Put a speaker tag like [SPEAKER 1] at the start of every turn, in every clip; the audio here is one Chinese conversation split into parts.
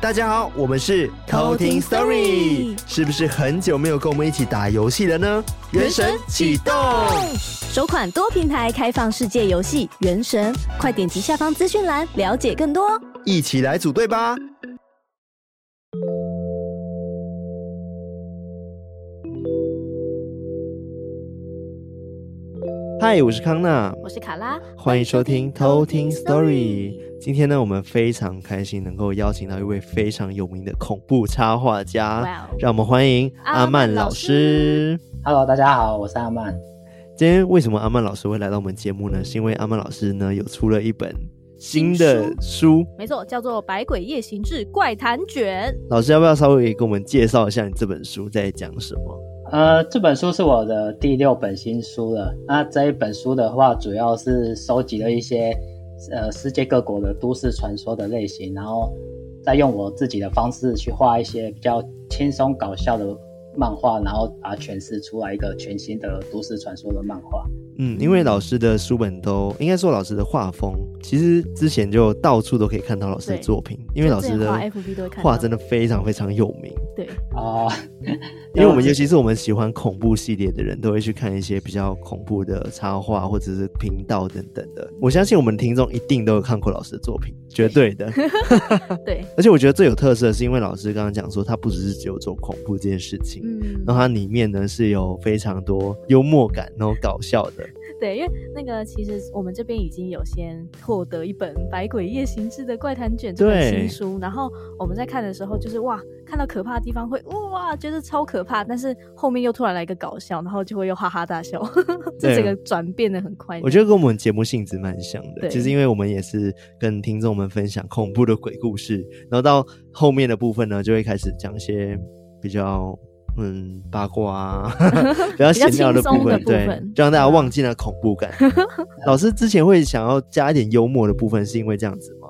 [SPEAKER 1] 大家好，我们是
[SPEAKER 2] 偷听 Story
[SPEAKER 1] 是不是很久没有跟我们一起打游戏了呢？原神启动，
[SPEAKER 2] 首款多平台开放世界游戏《原神》，快点击下方资讯栏了解更多哦。
[SPEAKER 1] 一起来组队吧！嗨，我是康娜，
[SPEAKER 2] 我是卡拉，
[SPEAKER 1] 欢迎收听偷听 Story。今天呢，我们非常开心能够邀请到一位非常有名的恐怖插画家
[SPEAKER 2] 哇哦
[SPEAKER 1] 让我们欢迎阿
[SPEAKER 2] 阿
[SPEAKER 1] 曼
[SPEAKER 2] 曼
[SPEAKER 1] 老
[SPEAKER 2] 老
[SPEAKER 1] 师
[SPEAKER 2] 师。
[SPEAKER 3] Hello，大家好，我是阿曼。
[SPEAKER 1] 今天为什么阿曼老师会来到我们节目呢？是因为阿曼老师呢有出了一本新的书，
[SPEAKER 2] 没错，叫做《百鬼夜行志怪谈卷
[SPEAKER 1] 老师要不要稍微给我们介绍一下你这本书在讲什么？
[SPEAKER 3] 呃，这本书是我的第六本新书了。那这一本书的话，主要是收集了一些呃世界各国的都市传说的类型，然后再用我自己的方式去画一些比较轻松搞笑的漫画，然后把它诠释出来一个全新的都市传说的漫画。
[SPEAKER 1] 嗯，因为老师的书本都应该说老师的画风，其实之前就到处都可以看到老师的
[SPEAKER 2] 对
[SPEAKER 1] 作品，因为老师
[SPEAKER 2] 就之
[SPEAKER 1] 的
[SPEAKER 2] 前画 FB 都会看到
[SPEAKER 1] 画真的非常非常有名。》。
[SPEAKER 2] 对，
[SPEAKER 3] 哦、
[SPEAKER 1] 因为我们尤其是我们喜欢恐怖系列的人，都会去看一些比较恐怖的插画或者是频道等等的。我相信我们听众一定都有看过老师的作品，绝对的。
[SPEAKER 2] 对，
[SPEAKER 1] 而且我觉得最有特色的是，因为老师刚刚讲说，他不只是只有做恐怖这件事情，
[SPEAKER 2] 嗯
[SPEAKER 1] 然后它里面呢是有非常多幽默感，然后搞笑的。
[SPEAKER 2] 对，因为那个其实我们这边已经有先获得一本《百鬼夜行志的怪谈卷》这本
[SPEAKER 1] 对
[SPEAKER 2] 新书，然后我们在看的时候就是哇，看到可怕的地方会哇觉得超可怕，但是后面又突然来一个搞笑，然后就会又哈哈大笑， 这
[SPEAKER 1] 对
[SPEAKER 2] 整个转变的很快。
[SPEAKER 1] 我觉得跟我们节目性质蛮像的。
[SPEAKER 2] 对
[SPEAKER 1] 其实因为我们也是跟听众们分享恐怖的鬼故事，然后到后面的部分呢，就会开始讲一些比较。嗯，八卦 啊，比较闲聊部分，
[SPEAKER 2] 比较轻松的部
[SPEAKER 1] 对
[SPEAKER 2] 分，
[SPEAKER 1] 就让大家忘记了恐怖 感。老师之前会想要加一点幽默的部分，是因为这样子吗？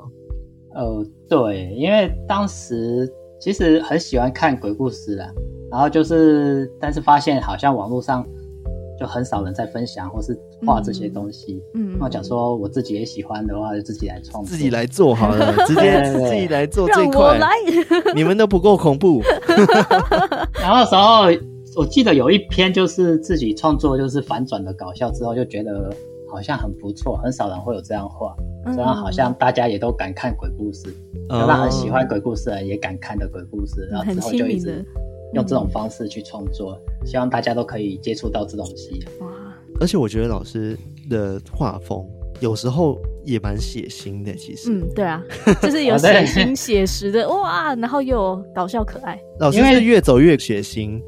[SPEAKER 3] 呃，对，因为当时其实很喜欢看鬼故事啦，然后就是，但是发现好像网络上就很少人在分享或是画这些东西。
[SPEAKER 2] 嗯
[SPEAKER 3] 那我想哦说，我自己也喜欢的话，就自己来创作，
[SPEAKER 1] 自己来做好 了，直接
[SPEAKER 3] 对对对
[SPEAKER 1] 自己来做最
[SPEAKER 2] 让我
[SPEAKER 1] 快。
[SPEAKER 2] 来，
[SPEAKER 1] 你们都不够恐 怖，
[SPEAKER 3] 然后那时候我记得有一篇就是自己创作，就是反转的搞笑之后，就觉得好像很不错，很少人会有这样画，
[SPEAKER 2] 嗯
[SPEAKER 3] 这样好像大家也都敢看鬼故事，就让
[SPEAKER 1] 嗯
[SPEAKER 3] 很喜欢鬼故事的人也敢看的鬼故事，然后
[SPEAKER 2] 哦嗯很
[SPEAKER 3] 呃之后
[SPEAKER 2] 亲
[SPEAKER 3] 就一
[SPEAKER 2] 民
[SPEAKER 3] 直
[SPEAKER 2] 的。
[SPEAKER 3] 用这
[SPEAKER 2] 嗯
[SPEAKER 3] 种方式去创作，希望大家都可以接触到这种 戏。
[SPEAKER 2] 哇，
[SPEAKER 1] 而且我觉得老师的画风有时候也蛮血腥的。其实，
[SPEAKER 2] 嗯，对 啊，就是有
[SPEAKER 3] 哦
[SPEAKER 2] 血
[SPEAKER 3] 对
[SPEAKER 2] 腥写实的哇，然后又有搞笑可爱，
[SPEAKER 1] 老师
[SPEAKER 3] 因为
[SPEAKER 1] 是越走越血腥，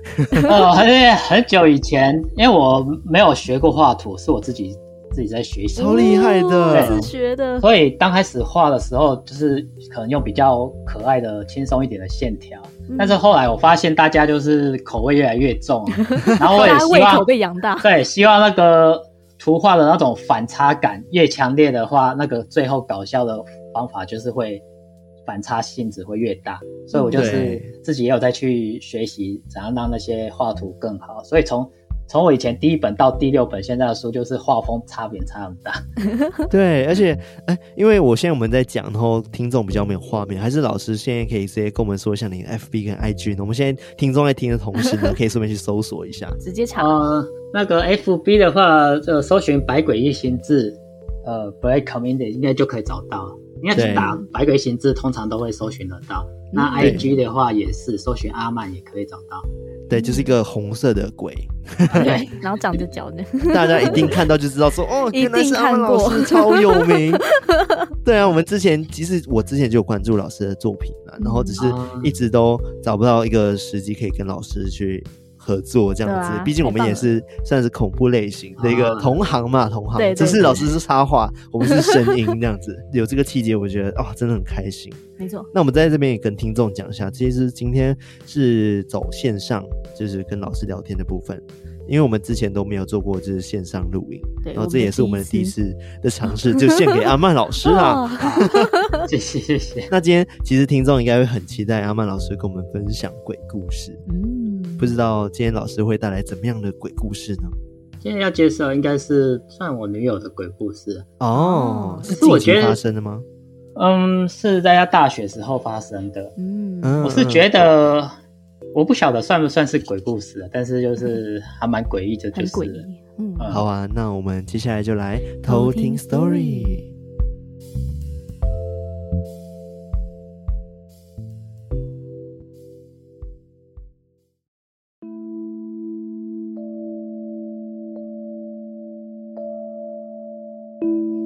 [SPEAKER 3] 呃，很很久以前，因为我没有学过画图，是我自己自己在学习，
[SPEAKER 1] 超厉害的
[SPEAKER 2] 哦自学的，
[SPEAKER 3] 所以刚开始画的时候，就是可能用比较可爱的、轻松一点的线条。
[SPEAKER 2] 嗯
[SPEAKER 3] 但是后来我发现大家就是口味越来越重，啊 然后我也
[SPEAKER 2] 大家
[SPEAKER 3] 希
[SPEAKER 2] 胃口
[SPEAKER 3] 望
[SPEAKER 2] 被养大，
[SPEAKER 3] 对，希望那个图画的那种反差感越强烈的话，那个最后搞笑的方法就是会反差性质会越大。所以我就
[SPEAKER 1] 对
[SPEAKER 3] 是自己也有再去学习怎样让那些画图更好。所以从从我以前第一本到第六本现在的书，就是画风差别差很大。
[SPEAKER 1] 对，而且哎，因为我现在我们在讲，然后听众比较没有画面，还是老师现在可以直接跟我们说一下你的 FB 跟 IG 呢？我们现在听众在听的同时 呢，可以顺便去搜索一下。
[SPEAKER 2] 直接查
[SPEAKER 3] 呃，那个 FB 的话，呃，搜寻“百鬼夜行志”，呃，“Black Comedy” 应该就可以找到。应该
[SPEAKER 1] 对
[SPEAKER 3] 是打“百鬼夜行志”，通常都会搜寻得到。那
[SPEAKER 1] 对
[SPEAKER 3] IG 的话也是，搜寻阿曼也可以找到。
[SPEAKER 1] 对，就是一个红色的鬼，
[SPEAKER 3] 对，
[SPEAKER 2] 然后长着脚呢，
[SPEAKER 1] 大家一定看到就知道说，哦，
[SPEAKER 2] 一定
[SPEAKER 1] 原来是阿
[SPEAKER 2] 看
[SPEAKER 1] 文
[SPEAKER 2] 过
[SPEAKER 1] 老师超有 名。对啊，我们之前其实我之前就有关注老师的作品啊，然后只是
[SPEAKER 2] 嗯
[SPEAKER 1] 一直都找不到一个时机可以跟老师去合作这样子
[SPEAKER 2] 对。啊
[SPEAKER 1] 毕竟我们也是算是恐怖类型的一个
[SPEAKER 3] 啊
[SPEAKER 1] 同行嘛，同行。
[SPEAKER 2] 嗯对对
[SPEAKER 1] 只是
[SPEAKER 2] 对
[SPEAKER 1] 老师是插画，我们是声音这样子。有这个契机，我觉得啊、真的很开心。
[SPEAKER 2] 没错，
[SPEAKER 1] 那我们在这边也跟听众讲一下，其实今天是走线上，就是跟老师聊天的部分，因为我们之前都没有做过就是线上录音，
[SPEAKER 2] 对，
[SPEAKER 3] 哦
[SPEAKER 1] 然后这也是我们的
[SPEAKER 2] 的
[SPEAKER 1] 第一次的尝试，就献给阿曼老师
[SPEAKER 3] 啊
[SPEAKER 1] 啦。
[SPEAKER 2] 哦
[SPEAKER 3] 谢谢谢谢。
[SPEAKER 1] 那今天其实听众应该会很期待阿曼老师跟我们分享鬼故事，
[SPEAKER 2] 嗯，
[SPEAKER 1] 不知道今天老师会带来怎么样的鬼故事呢？
[SPEAKER 3] 今天要介绍应该是算我女友的鬼故事。
[SPEAKER 1] 哦，
[SPEAKER 2] 哦
[SPEAKER 1] 是
[SPEAKER 3] 可是我
[SPEAKER 1] 近期
[SPEAKER 3] 觉得
[SPEAKER 1] 发生的吗？
[SPEAKER 3] 嗯，是在他大学时候发生的。
[SPEAKER 2] 嗯
[SPEAKER 1] 嗯，
[SPEAKER 3] 我是觉得，我不晓得算不算是鬼故事，啊但是就是还蛮诡异的，就
[SPEAKER 2] 很
[SPEAKER 3] 是
[SPEAKER 2] 诡异。嗯，
[SPEAKER 1] 嗯
[SPEAKER 3] 嗯
[SPEAKER 1] 好啊，那我们接下来就来偷
[SPEAKER 2] 偷
[SPEAKER 1] 听
[SPEAKER 2] 听
[SPEAKER 1] story
[SPEAKER 2] story。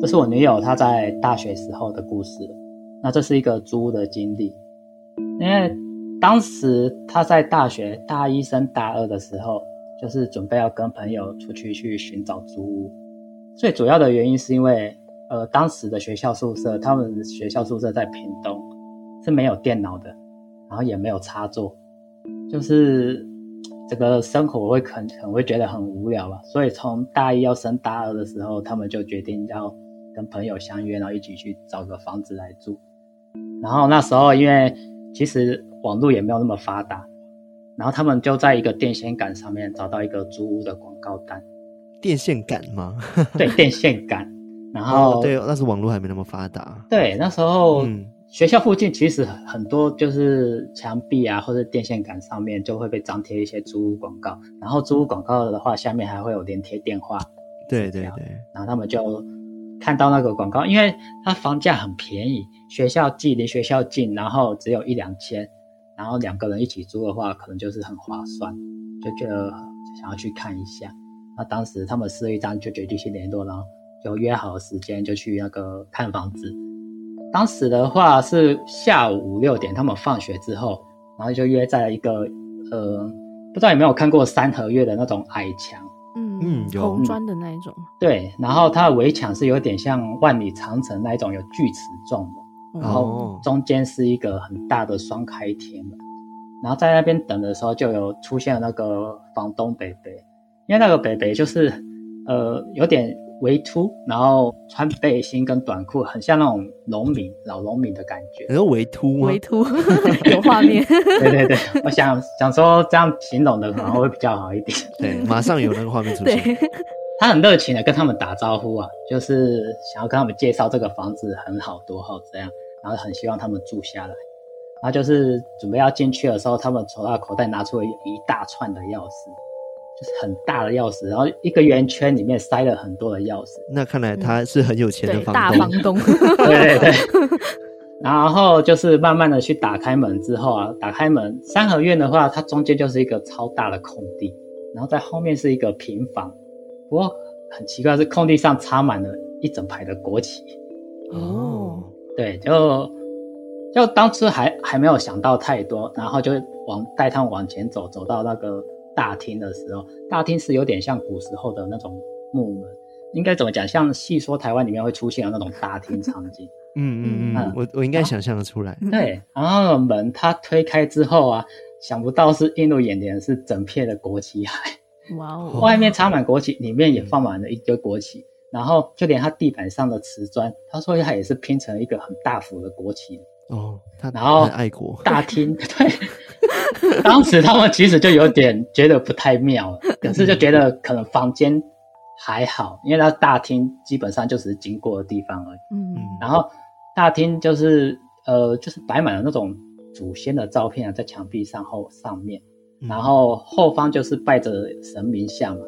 [SPEAKER 3] 这是我女友她在大学时候的故事。那这是一个租屋的经历，因为当时她在大学大一升大二的时候，就是准备要跟朋友出去去寻找租屋。最主要的原因是因为，呃，当时的学校宿舍，他们学校宿舍在屏东，是没有电脑的，然后也没有插座，就是整个生活会很很会觉得很无聊吧。所以从大一要升大二的时候，他们就决定要跟朋友相约，然后一起去找个房子来住。然后那时候因为其实网络也没有那么发达，然后他们就在一个电线杆上面找到一个租屋的广告单，
[SPEAKER 1] 电线杆吗？
[SPEAKER 3] 对，电线杆。然
[SPEAKER 1] 哦
[SPEAKER 3] 后，
[SPEAKER 1] 对，那时候网络还没那么发达。
[SPEAKER 3] 对，那时候
[SPEAKER 1] 嗯
[SPEAKER 3] 学校附近其实很多就是墙壁啊，或者电线杆上面就会被张贴一些租屋广告，然后租屋广告的话，下面还会有连贴电话，
[SPEAKER 1] 对对
[SPEAKER 3] 了
[SPEAKER 1] 对，
[SPEAKER 3] 然后他们就看到那个广告，因为它房价很便宜，学校近离学校近，然后只有一两千，然后两个人一起租的话，可能就是很划算，就觉得想要去看一下。那当时他们四一张就决定去联络，然后就约好时间就去那个看房子。当时的话是下午五六点，他们放学之后，然后就约在一个呃，不知道有没有看过三合院的那种矮墙。
[SPEAKER 1] 嗯
[SPEAKER 2] 嗯，
[SPEAKER 1] 有
[SPEAKER 2] 红砖的那一种，
[SPEAKER 3] 对，然后它的围墙是有点像万里长城那一种有锯齿状的，
[SPEAKER 2] 嗯
[SPEAKER 3] 然后
[SPEAKER 1] 哦
[SPEAKER 3] 中间是一个很大的双开铁门，然后在那边等的时候就有出现了那个房东北北，因为那个北北就是呃有点微秃，然后穿背心跟短裤，很像那种农民老农民的感觉
[SPEAKER 1] 你。说围秃吗
[SPEAKER 2] 围？图 有画面，
[SPEAKER 3] 对对对，我想想说这样形容的可能会比较好一点。
[SPEAKER 1] 对，马上有那个画面 出现。
[SPEAKER 2] 对，
[SPEAKER 3] 他很热情的跟他们打招呼啊，就是想要跟他们介绍这个房子很好多好这样，然后很希望他们住下来。然后就是准备要进去的时候，他们从他口袋拿出了一大串的钥匙，就是很大的钥匙，然后一个圆圈里面塞了很多的钥匙。
[SPEAKER 1] 那看来他是很有钱的
[SPEAKER 2] 对，大
[SPEAKER 1] 东
[SPEAKER 2] 房。 东，
[SPEAKER 3] 对对对。然后就是慢慢的去打开门之后啊，打开门三合院的话，它中间就是一个超大的空地，然后在后面是一个平房。不过很奇怪是，空地上插满了一整排的国旗。
[SPEAKER 1] 哦，
[SPEAKER 3] 对，就就当初还还没有想到太多，然后就往带他们往前走，走到那个大厅的时候，大厅是有点像古时候的那种木门，应该怎么讲？像戏说台湾里面会出现的那种大厅场景。
[SPEAKER 1] 嗯嗯嗯
[SPEAKER 3] 嗯，
[SPEAKER 1] 我我应该想象得出来。
[SPEAKER 3] 对，然后门它推开之后啊，想不到是映入眼帘的是整片的国旗海，
[SPEAKER 2] 哇
[SPEAKER 1] 哦
[SPEAKER 2] 哦，
[SPEAKER 3] 外面插满国旗，里面也放满了一堆国旗，然后就连它地板上的瓷砖，他说它也是拼成一个很大幅的国旗。
[SPEAKER 1] 哦，他
[SPEAKER 3] 嗯然后
[SPEAKER 1] 很爱国。
[SPEAKER 3] 大厅 对，当时他们其实就有点觉得不太妙了，可是就觉得可能房间还好，因为它大厅基本上就只是经过的地方而已。
[SPEAKER 2] 嗯
[SPEAKER 1] 嗯
[SPEAKER 3] 然后大厅就是呃，就是摆满了那种祖先的照片啊，在墙壁上后上面，
[SPEAKER 1] 嗯
[SPEAKER 3] 然后后方就是拜着神明像嘛，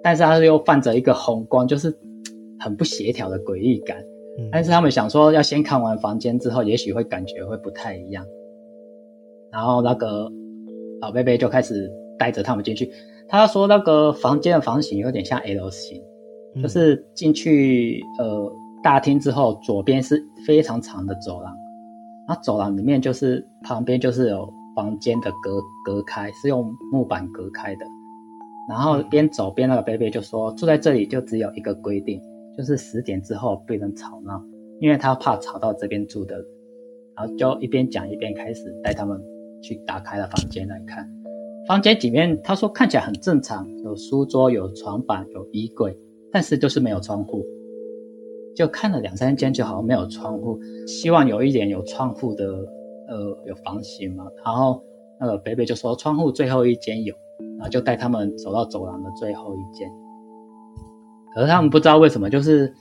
[SPEAKER 3] 但是它又泛着一个红光，就是嘖很不协调的诡异感。
[SPEAKER 1] 嗯
[SPEAKER 3] 但是他们想说，要先看完房间之后，也许会感觉会不太一样。然后那个老贝贝就开始带着他们进去，他说那个房间的房型有点像 L 型。
[SPEAKER 1] 嗯
[SPEAKER 3] 就是进去呃大厅之后，左边是非常长的走廊，然后走廊里面就是旁边就是有房间的隔隔开，是用木板隔开的。然后边走边那个贝贝就说，住在这里就只有一个规定，就是十点之后不能吵闹，因为他怕吵到这边住的人。然后就一边讲一边开始带他们去打开了房间来看。房间里面，他说看起来很正常，有书桌、有床板、有衣柜，但是就是没有窗户。就看了两三间，就好像没有窗户，希望有一点有窗户的，呃，有房型嘛。然后那个北北就说窗户最后一间有，然后就带他们走到走廊的最后一间。可是他们不知道为什么，就是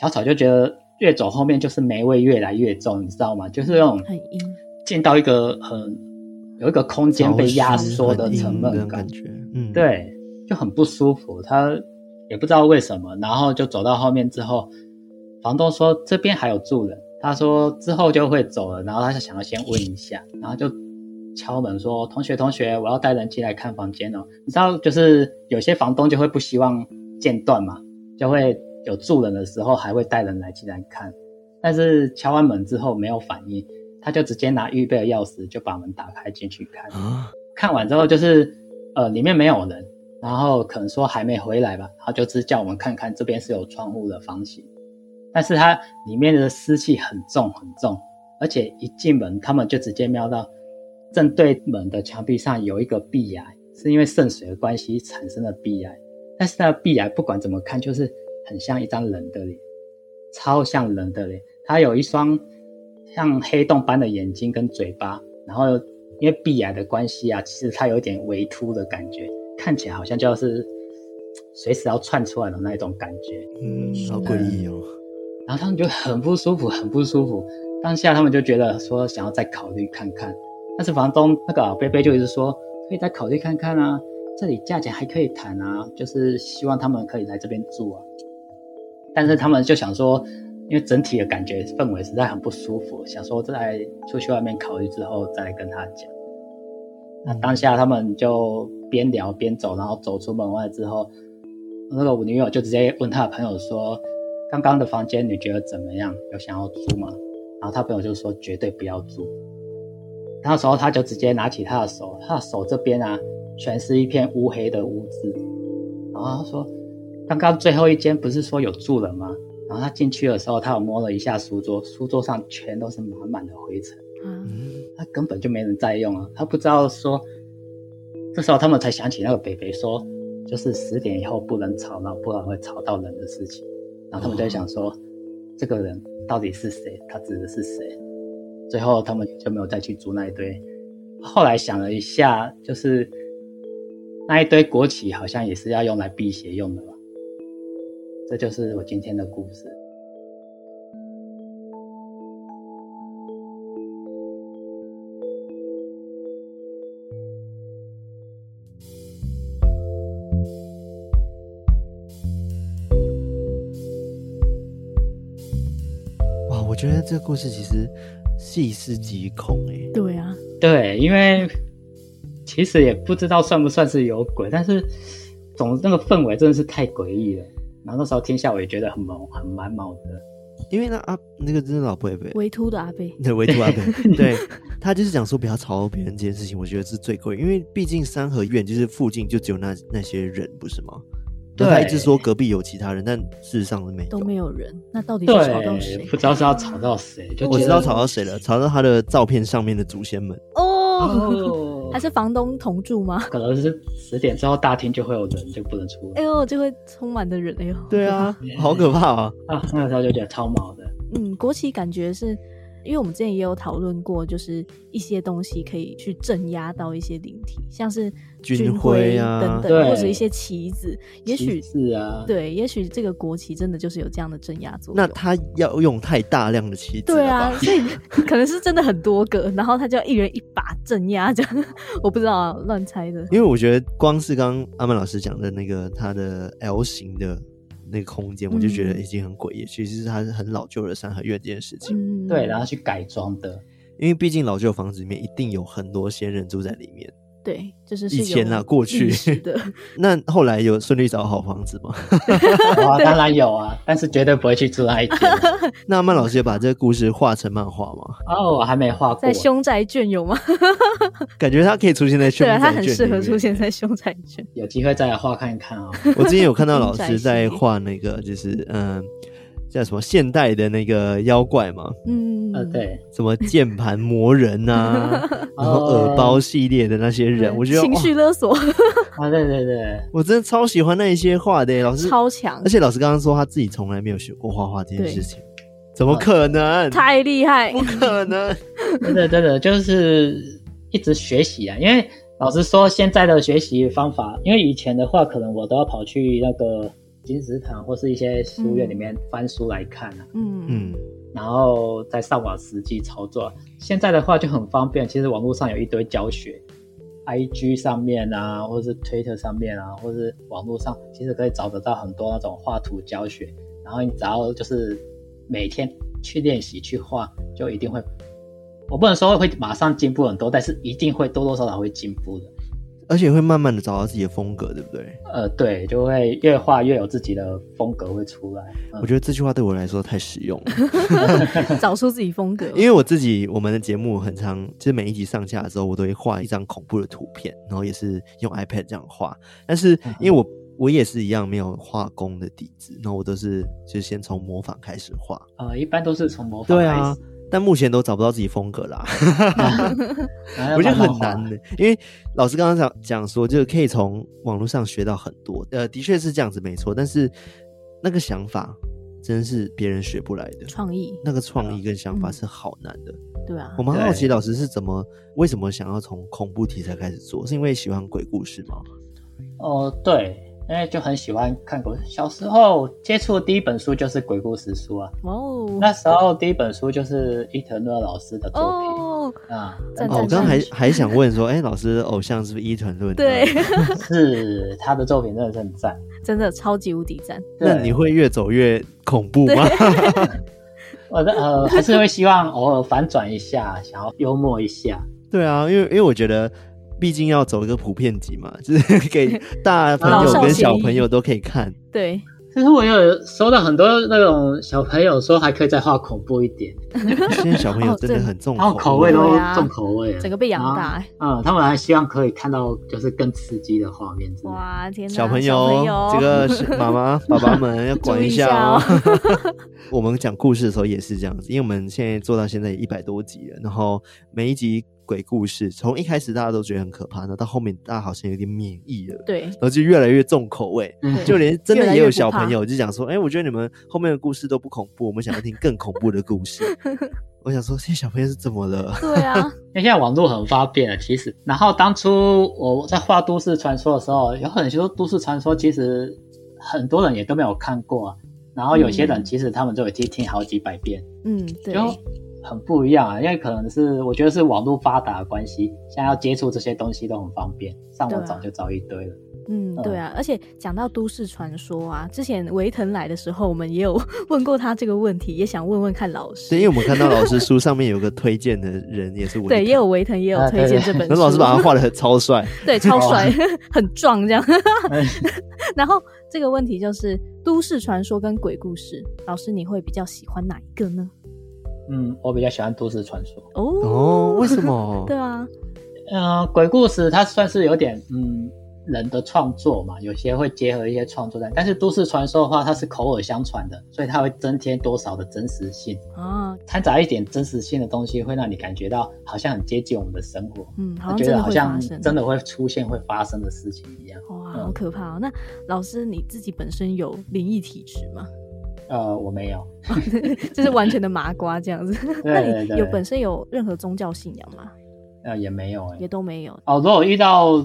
[SPEAKER 3] 小草就觉得越走后面就是霉味越来越重，你知道吗？就是那种
[SPEAKER 2] 很阴，
[SPEAKER 3] 进到一个很有一个空间被压缩的沉
[SPEAKER 1] 很阴
[SPEAKER 3] 闷
[SPEAKER 1] 的
[SPEAKER 3] 感
[SPEAKER 1] 感，觉，嗯，，
[SPEAKER 3] 对，就很不舒服。他也不知道为什么，然后就走到后面之后，房东说这边还有住人，他说之后就会走了，然后他就想要先问一下，然后就敲门说：“同学，同学，我要带人进来看房间哦。”你知道，就是有些房东就会不希望间断嘛，就会有住人的时候还会带人来进来看，但是敲完门之后没有反应，他就直接拿预备的钥匙就把门打开进去看。
[SPEAKER 1] 啊，
[SPEAKER 3] 看完之后就是呃里面没有人，然后可能说还没回来吧，他就只叫我们看看这边是有窗户的房型，但是它里面的湿气很重很重，而且一进门他们就直接瞄到正对门的墙壁上有一个壁癌，是因为渗水的关系产生的壁癌，但是那个壁癌不管怎么看就是很像一张人的脸，超像人的脸，他有一双像黑洞般的眼睛跟嘴巴，然后因为壁癌的关系啊，其实它有一点微凸的感觉，看起来好像就要是随时要窜出来的那一种感觉。
[SPEAKER 1] 嗯，好诡异哦，
[SPEAKER 3] 然后他们就很不舒服，很不舒服。当下他们就觉得说想要再考虑看看，但是房东那个老贝贝就一直说可以再考虑看看啊，这里价钱还可以谈啊，就是希望他们可以来这边住啊。但是他们就想说，因为整体的感觉氛围实在很不舒服，想说在出去外面考虑之后再来跟他讲。那
[SPEAKER 1] 嗯
[SPEAKER 3] 当下他们就边聊边走，然后走出门外之后，那个我女友就直接问她的朋友说：“刚刚的房间你觉得怎么样？有想要租吗？”然后她朋友就说：“绝对不要租。”那时候他就直接拿起他的手，他的手这边啊，全是一片乌黑的污渍。然后他说：“刚刚最后一间不是说有住人吗？”然后他进去的时候，他有摸了一下书桌，书桌上全都是满满的灰尘。
[SPEAKER 2] 啊，
[SPEAKER 1] 嗯，
[SPEAKER 3] 他根本就没人在用啊，他不知道说，这时候他们才想起那个北北说，就是十点以后不能吵闹，不然会吵到人的事情。然后他们就在想说，这个人到底是谁？他指的是谁？最后他们就没有再去租那一堆。后来想了一下，就是那一堆国旗好像也是要用来辟邪用的吧。这就是我今天的故事。
[SPEAKER 1] 哇，我觉得这个故事其实细思极恐哎、
[SPEAKER 2] 对啊，
[SPEAKER 3] 对，因为其实也不知道算不算是有鬼，但是总那个氛围真的是太诡异了。然后那时候听下我也觉得很毛，很蛮毛的。
[SPEAKER 1] 因为那阿那个真的老贝贝，
[SPEAKER 2] 维秃的阿贝，
[SPEAKER 1] 对维图阿 贝，对他就是讲说不要吵到别人这件事情，我觉得是最贵，因为毕竟三合院就是附近就只有那那些人，不是吗？那他一直
[SPEAKER 3] 对
[SPEAKER 1] 说隔壁有其他人，但事实上是没有。
[SPEAKER 2] 都没有人，那到底是吵到
[SPEAKER 3] 对
[SPEAKER 2] 谁，
[SPEAKER 3] 不？知道是要吵到谁，就
[SPEAKER 1] 我
[SPEAKER 3] 觉
[SPEAKER 1] 知
[SPEAKER 3] 得
[SPEAKER 1] 道吵到谁了，吵到他的照片上面的祖先们。
[SPEAKER 2] 哦，
[SPEAKER 3] 哦
[SPEAKER 2] 还，是房东同住吗？
[SPEAKER 3] 可能是十点之后大厅就会有人，就不能出
[SPEAKER 2] 哎
[SPEAKER 3] 来
[SPEAKER 2] 呦，就会充满的人，哎呦，
[SPEAKER 1] 对啊，好可怕啊！
[SPEAKER 3] 啊。那个时候就觉得超毛的，
[SPEAKER 2] 嗯，国旗感觉是，因为我们之前也有讨论过，就是一些东西可以去镇压到一些灵体，像是
[SPEAKER 1] 军
[SPEAKER 2] 徽
[SPEAKER 1] 徽啊
[SPEAKER 2] 等等，
[SPEAKER 3] 对
[SPEAKER 2] 或者一些旗子，也许
[SPEAKER 3] 是啊，
[SPEAKER 2] 对，也许这个国旗真的就是有这样的镇压作用。
[SPEAKER 1] 那他要用太大量的棋子了
[SPEAKER 2] 对
[SPEAKER 1] 吧
[SPEAKER 2] 啊，所以 可能是真的很多个，然后他就要一人一把镇压这样， 我不知道、啊，乱猜的。
[SPEAKER 1] 因为我觉得光是刚刚阿曼老师讲的那个他的 L 型的那个空间，我就觉得
[SPEAKER 2] 嗯
[SPEAKER 1] 已经很诡异。其实是它是很老旧的三合院这件事情，
[SPEAKER 2] 嗯，
[SPEAKER 3] 对，然后去改装的，
[SPEAKER 1] 因为毕竟老旧房子里面一定有很多先人住在里面。
[SPEAKER 2] 对，就是是
[SPEAKER 1] 以前
[SPEAKER 2] 有
[SPEAKER 1] 啊，过去
[SPEAKER 2] 历史的，
[SPEAKER 1] 那后来有顺利找好房子吗？
[SPEAKER 3] 哇，当然有啊，但是绝对不会去住那一 间。
[SPEAKER 1] 那阿曼老师也把这个故事画成漫画吗？
[SPEAKER 3] 哦，我还没画过
[SPEAKER 2] 在，凶宅卷有吗？
[SPEAKER 1] 感觉它可以出现在凶
[SPEAKER 2] 对啊，
[SPEAKER 1] 宅
[SPEAKER 2] 他很
[SPEAKER 1] 卷
[SPEAKER 2] 适
[SPEAKER 1] 里
[SPEAKER 2] 合
[SPEAKER 1] 面
[SPEAKER 2] 出现在凶宅卷。
[SPEAKER 3] 有机会再来画看看哦。
[SPEAKER 1] 我之前有看到老
[SPEAKER 2] 凶宅
[SPEAKER 1] 师
[SPEAKER 2] 系
[SPEAKER 1] 在
[SPEAKER 2] 列
[SPEAKER 1] 画那个，就是嗯、叫什么现代的那个妖怪嘛，
[SPEAKER 2] 嗯，
[SPEAKER 3] 呃，对。
[SPEAKER 1] 什么键盘魔人 啊，然后耳包系列的那些人，
[SPEAKER 2] 哦对
[SPEAKER 1] 我觉得
[SPEAKER 2] 情
[SPEAKER 1] 哇，
[SPEAKER 2] 绪勒索
[SPEAKER 3] 啊，对对对，
[SPEAKER 1] 我真的超喜欢那一些画的耶老师。
[SPEAKER 2] 超强
[SPEAKER 1] 而，且老师刚刚说他自己从来没有学过画画这件事情，怎么可能？
[SPEAKER 2] 哦太厉害
[SPEAKER 1] 不！可能！
[SPEAKER 3] 真的真的就是一直学习啊，因为老实说，现在的学习方法，因为以前的话，可能我都要跑去那个金石堂或是一些书院里面翻书来看啊，
[SPEAKER 2] 嗯
[SPEAKER 1] 嗯，
[SPEAKER 3] 然后再上网实际操作。现在的话就很方便，其实网络上有一堆教学，IG 上面啊，或是 Twitter 上面啊，或是网络上，其实可以找得到很多那种画图教学。然后你只要就是每天去练习去画，就一定会。我不能说会马上进步很多，但是一定会多多少少会进步的。
[SPEAKER 1] 而且会慢慢的找到自己的风格，对不对？
[SPEAKER 3] 呃，对，就会越画越有自己的风格会出来。嗯
[SPEAKER 1] 我觉得这句话对我来说太实用 了，
[SPEAKER 2] 找出自己风格。
[SPEAKER 1] 嗯因为我自己我们的节目很长，就是每一集上架的时候，我都会画一张恐怖的图片，然后也是用 iPad 这样画。但是因为我我也是一样没有画工的底子，那我都是就先从模仿开始画。
[SPEAKER 3] 呃，一般都是从模仿
[SPEAKER 1] 对
[SPEAKER 3] 开
[SPEAKER 1] 啊
[SPEAKER 3] 始，，
[SPEAKER 1] 但目前都找不到自己风格啦，
[SPEAKER 3] 然后要
[SPEAKER 1] 我觉得
[SPEAKER 3] 慢
[SPEAKER 1] 很
[SPEAKER 3] 慢画
[SPEAKER 1] 难的、因为老师刚刚讲讲说，就是可以从网络上学到很多，呃，的确是这样子没错，但是那个想法真是别人学不来的。
[SPEAKER 2] 创意，
[SPEAKER 1] 那个创意跟想法
[SPEAKER 2] 嗯
[SPEAKER 1] 是好难的，
[SPEAKER 2] 对啊
[SPEAKER 1] 我，蛮好奇
[SPEAKER 3] 对
[SPEAKER 1] 老师是怎么为什么想要从恐怖题材开始做，是因为喜欢鬼故事吗？
[SPEAKER 3] 哦，对，因为就很喜欢看鬼。小时候接触的第一本书就是鬼故事书啊，
[SPEAKER 2] 哇哦，
[SPEAKER 3] 那时候第一本书就是伊藤润二老师的作品、
[SPEAKER 2] 哦，
[SPEAKER 3] 啊，
[SPEAKER 2] 赞
[SPEAKER 1] 哦，我刚
[SPEAKER 2] 赞
[SPEAKER 1] 刚还
[SPEAKER 2] 赞！
[SPEAKER 1] 还想问说，哎、老师的偶像是不是伊藤润？
[SPEAKER 2] 对，，
[SPEAKER 3] 是他的作品真的是很赞。
[SPEAKER 2] 真的超级无敌 赞，
[SPEAKER 1] 那
[SPEAKER 3] 对
[SPEAKER 1] 你会越走越恐怖吗？
[SPEAKER 3] 我的呃还是会希望偶尔反转一下，想要幽默一下。
[SPEAKER 1] 对啊，因为因为我觉得，毕竟要走一个普遍级嘛， 就是给大朋友跟小朋友都可以 看。
[SPEAKER 2] 对，
[SPEAKER 3] 其实我有收到很多那种小朋友说还可以再画恐怖一点，
[SPEAKER 1] 现在小朋友真的很重
[SPEAKER 3] 然后口味
[SPEAKER 2] 哦
[SPEAKER 3] 都
[SPEAKER 2] 对啊
[SPEAKER 3] 重口味了，
[SPEAKER 2] 整个被养大欸，
[SPEAKER 3] 啊、嗯他们还希望可以看到就是更刺激的画面之类的。
[SPEAKER 2] 哇，天哪，
[SPEAKER 1] 小朋
[SPEAKER 2] 友
[SPEAKER 1] 友，，这个 是妈妈、爸爸们要管下
[SPEAKER 2] 注
[SPEAKER 1] 哦。 我们讲故事的时候也是这样子，因为我们现在做到现在一百多集了，然后每一集鬼故事，从一开始大家都觉得很可怕，那到后面大家好像有点免疫了，
[SPEAKER 2] 对
[SPEAKER 1] 然后就越来越重口味。
[SPEAKER 3] 嗯
[SPEAKER 1] 就连真
[SPEAKER 2] 越
[SPEAKER 1] 的
[SPEAKER 2] 来
[SPEAKER 1] 也
[SPEAKER 2] 越
[SPEAKER 1] 有
[SPEAKER 2] 不
[SPEAKER 1] 小
[SPEAKER 2] 怕
[SPEAKER 1] 朋友就讲说，哎、我觉得你们后面的故事都不恐怖，我们想要听更恐怖的故 事。我想说，这些小朋友是怎么了？
[SPEAKER 2] 对啊，
[SPEAKER 3] 因为现在网络很方便了，其实。然后当初我在画都市传说的时候，有很多都市传说，其实很多人也都没有看过、啊。然后有些人其实他们就已经听好几百遍，
[SPEAKER 2] 嗯，对，
[SPEAKER 3] 就很不一样啊。因为可能是我觉得是网络发达的关系，现在要接触这些东西都很方便，上网找就找一堆了。
[SPEAKER 2] 嗯，对啊，而且讲到都市传说啊，之前维腾来的时候，我们也有问过他这个问题，也想问问看老
[SPEAKER 1] 对，
[SPEAKER 2] 师
[SPEAKER 1] 因。为我们看到老师书上面有个推荐的人，也是我。
[SPEAKER 2] 对，也有。维腾也有
[SPEAKER 3] 啊
[SPEAKER 2] 推荐
[SPEAKER 3] 对
[SPEAKER 2] 这本
[SPEAKER 1] 然
[SPEAKER 2] 书，
[SPEAKER 1] 后老师把他画的超 帅，
[SPEAKER 2] 对超
[SPEAKER 3] 哦
[SPEAKER 2] 帅，很壮这样。
[SPEAKER 3] 哎
[SPEAKER 2] 然后这个问题就是都市传说跟鬼故事，老师你会比较喜欢哪一个呢？
[SPEAKER 3] 嗯，我比较喜欢都市传说。
[SPEAKER 2] 哦，
[SPEAKER 1] 哦，为什么
[SPEAKER 2] 对？啊，
[SPEAKER 3] 嗯、鬼故事它算是有点嗯人的创作嘛，有些会结合一些创作但但是都市传说的话，它是口耳相传的，所以它会增添多少的真实性，
[SPEAKER 2] 啊，
[SPEAKER 3] 掺杂一点真实性的东西，会让你感觉到好像很接近我们的生活，
[SPEAKER 2] 嗯，好像
[SPEAKER 3] 觉
[SPEAKER 2] 真
[SPEAKER 3] 得
[SPEAKER 2] 的
[SPEAKER 3] 好
[SPEAKER 2] 会
[SPEAKER 3] 像
[SPEAKER 2] 发生，
[SPEAKER 3] 真的会出现会发生的事情一样。
[SPEAKER 2] 哇，好可怕、哦！那老师你自己本身有灵异体质吗？
[SPEAKER 3] 呃，我没有，
[SPEAKER 2] 就是完全的麻瓜这样 子。那
[SPEAKER 3] 对对
[SPEAKER 2] 你
[SPEAKER 3] 对，
[SPEAKER 2] 有本身有任何宗教信仰吗？
[SPEAKER 3] 呃也没有哎、
[SPEAKER 2] 也都没有。
[SPEAKER 3] 哦，如果遇到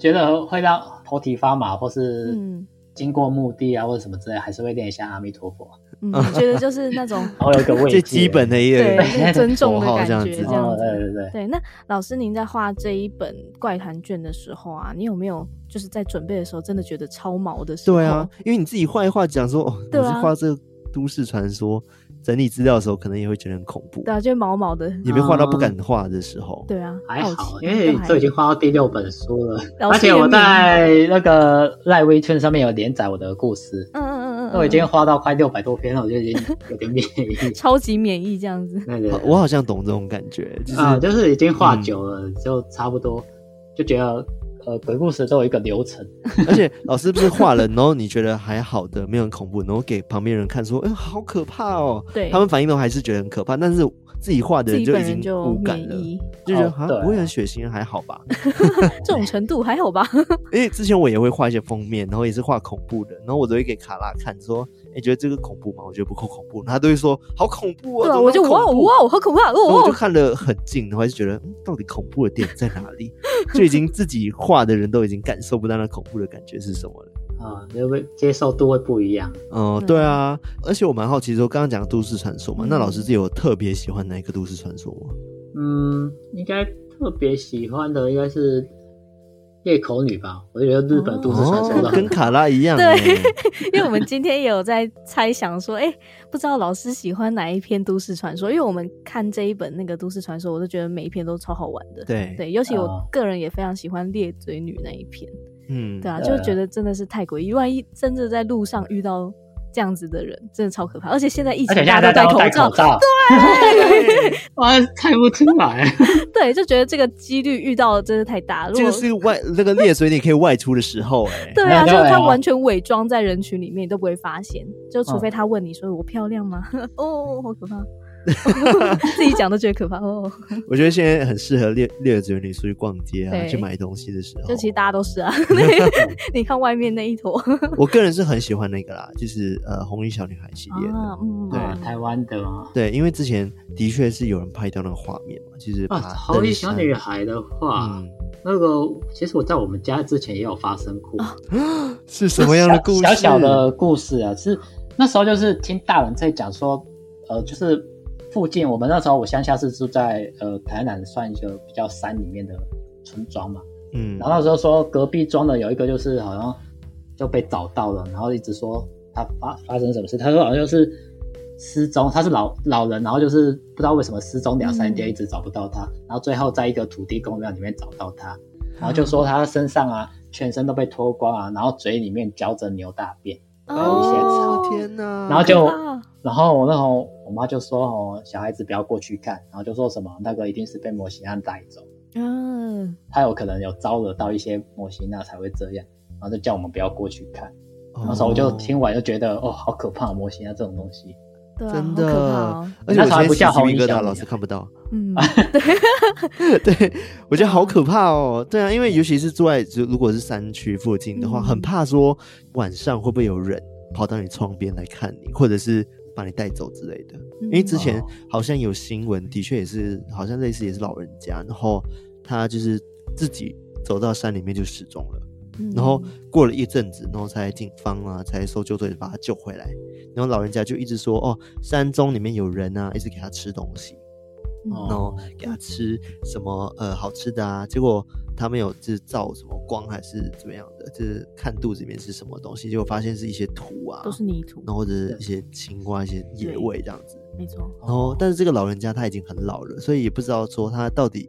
[SPEAKER 3] 觉得会让头皮发麻，或是
[SPEAKER 2] 嗯
[SPEAKER 3] 经过墓地啊，或者什么之类，还是会念一下阿弥陀佛，
[SPEAKER 2] 嗯，我觉得就是那 种
[SPEAKER 3] 然后哦有一个慰藉
[SPEAKER 1] 最基本的一
[SPEAKER 2] 对
[SPEAKER 1] 个
[SPEAKER 2] 就是尊重的感觉
[SPEAKER 1] 符
[SPEAKER 2] 这
[SPEAKER 1] 号
[SPEAKER 2] 样
[SPEAKER 3] 哦，对
[SPEAKER 2] 子。
[SPEAKER 3] 对对。
[SPEAKER 2] 对，那老师您在画这一本怪谈卷的时候啊，你有没有就是在准备的时候真的觉得超毛的时候？
[SPEAKER 1] 对啊，，因为你自己画一画，讲说哦，我
[SPEAKER 2] 对
[SPEAKER 1] 是
[SPEAKER 2] 啊
[SPEAKER 1] 画这个都市传说，整理资料的时候，可能也会觉得很恐怖
[SPEAKER 2] 对，啊，就毛毛 的。
[SPEAKER 1] 也被画到不敢画的时候。
[SPEAKER 2] 对啊，
[SPEAKER 3] 还好，
[SPEAKER 2] 奇
[SPEAKER 3] 因为
[SPEAKER 2] 都还
[SPEAKER 3] 这已经画到第六本书了，
[SPEAKER 2] 老
[SPEAKER 3] 而
[SPEAKER 2] 师
[SPEAKER 3] 且
[SPEAKER 2] 也
[SPEAKER 3] 我
[SPEAKER 2] 免
[SPEAKER 3] 在那个赖微圈上面有连载我的故事，
[SPEAKER 2] 嗯嗯嗯嗯，
[SPEAKER 3] 都已经
[SPEAKER 2] 嗯
[SPEAKER 3] 画到快六百多篇了，我就已经有点免疫。
[SPEAKER 2] 超级免疫这样子。
[SPEAKER 3] 对对
[SPEAKER 1] 好 我好像懂这种感觉，就是、
[SPEAKER 3] 啊，就是已经画久了，就差不多，就觉得呃，鬼故事都有一个流程。
[SPEAKER 1] 而且老师不是画了，然后你觉得还好的，没有很恐怖，然后给旁边人看说，哎、好可怕哦。
[SPEAKER 2] 对
[SPEAKER 1] 他们反应都还是觉得很可怕，但是自己画的
[SPEAKER 2] 自己
[SPEAKER 1] 就
[SPEAKER 2] 本
[SPEAKER 1] 已
[SPEAKER 2] 人
[SPEAKER 1] 经
[SPEAKER 2] 就
[SPEAKER 1] 无
[SPEAKER 2] 免
[SPEAKER 1] 感了，
[SPEAKER 2] 疫，
[SPEAKER 1] 就觉得
[SPEAKER 3] 哦
[SPEAKER 1] 好
[SPEAKER 3] 对
[SPEAKER 1] 像
[SPEAKER 3] 啊
[SPEAKER 1] 不会很血腥，还好吧。
[SPEAKER 2] 这种程度还好吧？
[SPEAKER 1] 因为之前我也会画一些封面，然后也是画恐怖的，然后我都会给卡拉看说，哎、觉得这个恐怖吗？我觉得不够恐怖，他都会说好恐怖哦。
[SPEAKER 2] 对啊，
[SPEAKER 1] 怎么
[SPEAKER 2] 我就
[SPEAKER 1] 那么
[SPEAKER 2] 哇
[SPEAKER 1] 恐
[SPEAKER 2] 哦
[SPEAKER 1] 怖
[SPEAKER 2] 哇哦，好可怕
[SPEAKER 1] 然
[SPEAKER 2] 哦
[SPEAKER 1] 后我就
[SPEAKER 2] 哦！
[SPEAKER 1] 看了很近，然后还是觉得，嗯，到底恐 怖的点在哪里？就已经自己画的人都已经感受不到那恐怖的感觉是什么了。
[SPEAKER 3] 啊，因为接受度会不一样。
[SPEAKER 1] 嗯，
[SPEAKER 2] 对
[SPEAKER 1] 对啊，而且我蛮好奇说，刚刚讲都市传说嘛，那
[SPEAKER 2] 嗯
[SPEAKER 1] 老师自己有特别喜欢哪一个都市传说吗？
[SPEAKER 3] 嗯，应该特别喜欢的应该是裂口女吧，我觉得日本都市传说的
[SPEAKER 1] 哦，跟
[SPEAKER 3] 很
[SPEAKER 1] 卡拉一样
[SPEAKER 2] 对
[SPEAKER 1] 欸，
[SPEAKER 2] 因为我们今天也有在猜想说，哎、不知道老师喜欢哪一篇都市传说？因为我们看这一本那个都市传说，我都觉得每一篇都超好玩的。
[SPEAKER 1] 对
[SPEAKER 2] 对，尤其我
[SPEAKER 3] 哦
[SPEAKER 2] 个人也非常喜欢裂嘴女那一篇。
[SPEAKER 1] 嗯，
[SPEAKER 2] 对啊，
[SPEAKER 3] 对
[SPEAKER 2] 就
[SPEAKER 3] 啊
[SPEAKER 2] 觉得真的是太诡异。万一真的在路上遇到这样子的人，真的超可怕。而且现在疫
[SPEAKER 3] 而
[SPEAKER 2] 情
[SPEAKER 3] 且现
[SPEAKER 2] 大家
[SPEAKER 3] 在大
[SPEAKER 2] 都
[SPEAKER 3] 家都戴
[SPEAKER 2] 口罩
[SPEAKER 3] 口，罩，对，哇，看不出来。
[SPEAKER 2] 对，就觉得这个几率遇到真的太大。如
[SPEAKER 1] 这
[SPEAKER 2] 果
[SPEAKER 1] 个是外那个裂水你可以外出的时候，哎，
[SPEAKER 2] 对啊，
[SPEAKER 3] 没
[SPEAKER 2] 就
[SPEAKER 3] 有嗯
[SPEAKER 2] 是他
[SPEAKER 3] 啊
[SPEAKER 2] 完全伪装在人群里面，你都不会发现。就除非他问你说“我漂亮吗？”
[SPEAKER 3] 嗯
[SPEAKER 2] 哦，好可怕， 自己讲都觉得可怕哦。
[SPEAKER 1] 我觉得现在很适合猎猎嘴女出去逛街啊，
[SPEAKER 2] 对
[SPEAKER 1] 去买东西的时候。
[SPEAKER 2] 就其实大家都 是啊， 你看外面那一坨
[SPEAKER 1] 我个人是很喜欢那个啦，就是呃红衣小女孩系列的。
[SPEAKER 2] 啊，嗯，
[SPEAKER 1] 对
[SPEAKER 3] 啊，台湾的嘛，
[SPEAKER 1] 对，因为之前的确是有人拍到那个画面嘛，就是
[SPEAKER 3] 啊，
[SPEAKER 1] 爬
[SPEAKER 3] 红衣小女
[SPEAKER 1] 孩，
[SPEAKER 3] 孩啊的话，
[SPEAKER 1] 嗯，
[SPEAKER 3] 那个其实我在我们家之前也有发生过
[SPEAKER 1] 哦是什么样的故事？
[SPEAKER 3] 小小的故事啊，是那时候就是听大人在讲说，呃，就是附近我们那时候我乡下是住在呃台南算一个比较山里面的村庄嘛，
[SPEAKER 1] 嗯，
[SPEAKER 3] 然后那时候说隔壁庄的有一个就是好像就被找到了，然后一直说他发发生什么事，他说好像就是失踪，他是老老人，然后就是不知道为什么失踪两三天，
[SPEAKER 2] 嗯
[SPEAKER 3] 一直找不到他，然后最后在一个土地公庙里面找到他，然后就说他身上啊全身都被脱光啊，然后嘴里面嚼着牛大便，
[SPEAKER 1] 哦
[SPEAKER 2] 哦，
[SPEAKER 1] 天哪！
[SPEAKER 3] 然后就
[SPEAKER 2] 好可怕
[SPEAKER 3] 然后我那时候我妈就说哦小孩子不要过去看，然后就说什么那个一定是被摩西汉带走。
[SPEAKER 2] 嗯，
[SPEAKER 3] 他有可能有招惹到一些摩西那才会这样，然后就叫我们不要过去看。那时候我
[SPEAKER 1] 哦
[SPEAKER 3] 就听完就觉得，哦，好可怕，摩西那这种东西。
[SPEAKER 2] 对啊，
[SPEAKER 1] 真
[SPEAKER 2] 好可怕
[SPEAKER 1] 的
[SPEAKER 2] 哦，
[SPEAKER 1] 而且我现在
[SPEAKER 3] 那时候还不
[SPEAKER 1] 起
[SPEAKER 3] 叫
[SPEAKER 1] 鸡
[SPEAKER 3] 红
[SPEAKER 1] 皮
[SPEAKER 3] 衣
[SPEAKER 1] 疙
[SPEAKER 3] 小
[SPEAKER 1] 瘩，
[SPEAKER 3] 女
[SPEAKER 1] 老师
[SPEAKER 3] 孩
[SPEAKER 1] 看不到。
[SPEAKER 2] 嗯，
[SPEAKER 3] 啊
[SPEAKER 1] 对，我觉得好可怕哦。对啊，因为尤其是住在就如果是山区附近的话，
[SPEAKER 2] 嗯
[SPEAKER 1] 很怕说晚上会不会有人跑到你窗边来看你，或者是把你带走之类的。
[SPEAKER 2] 嗯
[SPEAKER 1] 因为之前
[SPEAKER 3] 哦
[SPEAKER 1] 好像有新闻，的确也是好像类似也是老人家，然后他就是自己走到山里面就失踪了。
[SPEAKER 2] 嗯
[SPEAKER 1] 然后过了一阵子，然后才警方啊，才搜救队把他救回来。然后老人家就一直说，哦，山中里面有人啊，一直给他吃东西，
[SPEAKER 2] 嗯
[SPEAKER 3] 哦
[SPEAKER 1] 然后给他吃什么呃好吃的啊。结果他们有就是照什么光还是怎么样的，就是看肚子里面是什么东西，结果发现是一些土啊
[SPEAKER 2] 都，是泥土，
[SPEAKER 1] 然后或者是一些青蛙、一些野味这样子。
[SPEAKER 2] 没错，
[SPEAKER 1] 然后，但是这个老人家他已经很老了，所以也不知道说他到底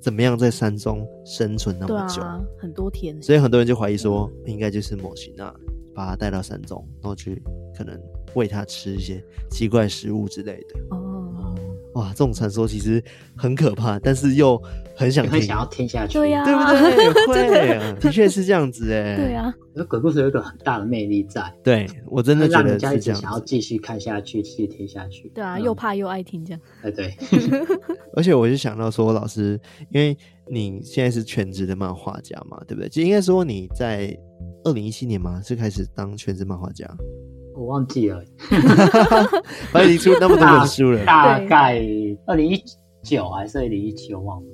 [SPEAKER 1] 怎么样在山中生存那
[SPEAKER 2] 对
[SPEAKER 1] 么久。
[SPEAKER 2] 啊，很多天欸，
[SPEAKER 1] 所以很多人就怀疑说，应该就是莫西娜把他带到山中，然后去可能喂他吃一些奇怪食物之类的。
[SPEAKER 2] 哦，
[SPEAKER 3] 嗯
[SPEAKER 1] 哇，这种传说其实很可怕，但是又很想
[SPEAKER 3] 你
[SPEAKER 1] 听
[SPEAKER 3] 会，想要啊听下去。
[SPEAKER 2] 对呀
[SPEAKER 1] 对 不对？会，啊的确是这样子哎。
[SPEAKER 2] 对，啊，
[SPEAKER 3] 因为鬼故事有一个很大的魅力在，
[SPEAKER 1] 对我真
[SPEAKER 3] 会
[SPEAKER 1] 的觉
[SPEAKER 3] 让
[SPEAKER 1] 得
[SPEAKER 3] 人家一
[SPEAKER 1] 是这
[SPEAKER 3] 直想要
[SPEAKER 1] 样子。
[SPEAKER 3] 继续看下去，继续听下去。
[SPEAKER 2] 对啊，
[SPEAKER 3] 嗯
[SPEAKER 2] 又怕又爱听这样，
[SPEAKER 3] 哎对，
[SPEAKER 1] 而且我就想到说，老师，因为你现在是全职的漫画家嘛，对不对？就应该说你在二零一七年嘛，是开始当全职漫画家，
[SPEAKER 3] 我忘记了，
[SPEAKER 1] 反正你出 那么多本书了。
[SPEAKER 3] 啊大概二零一九还是二零一七，我忘了。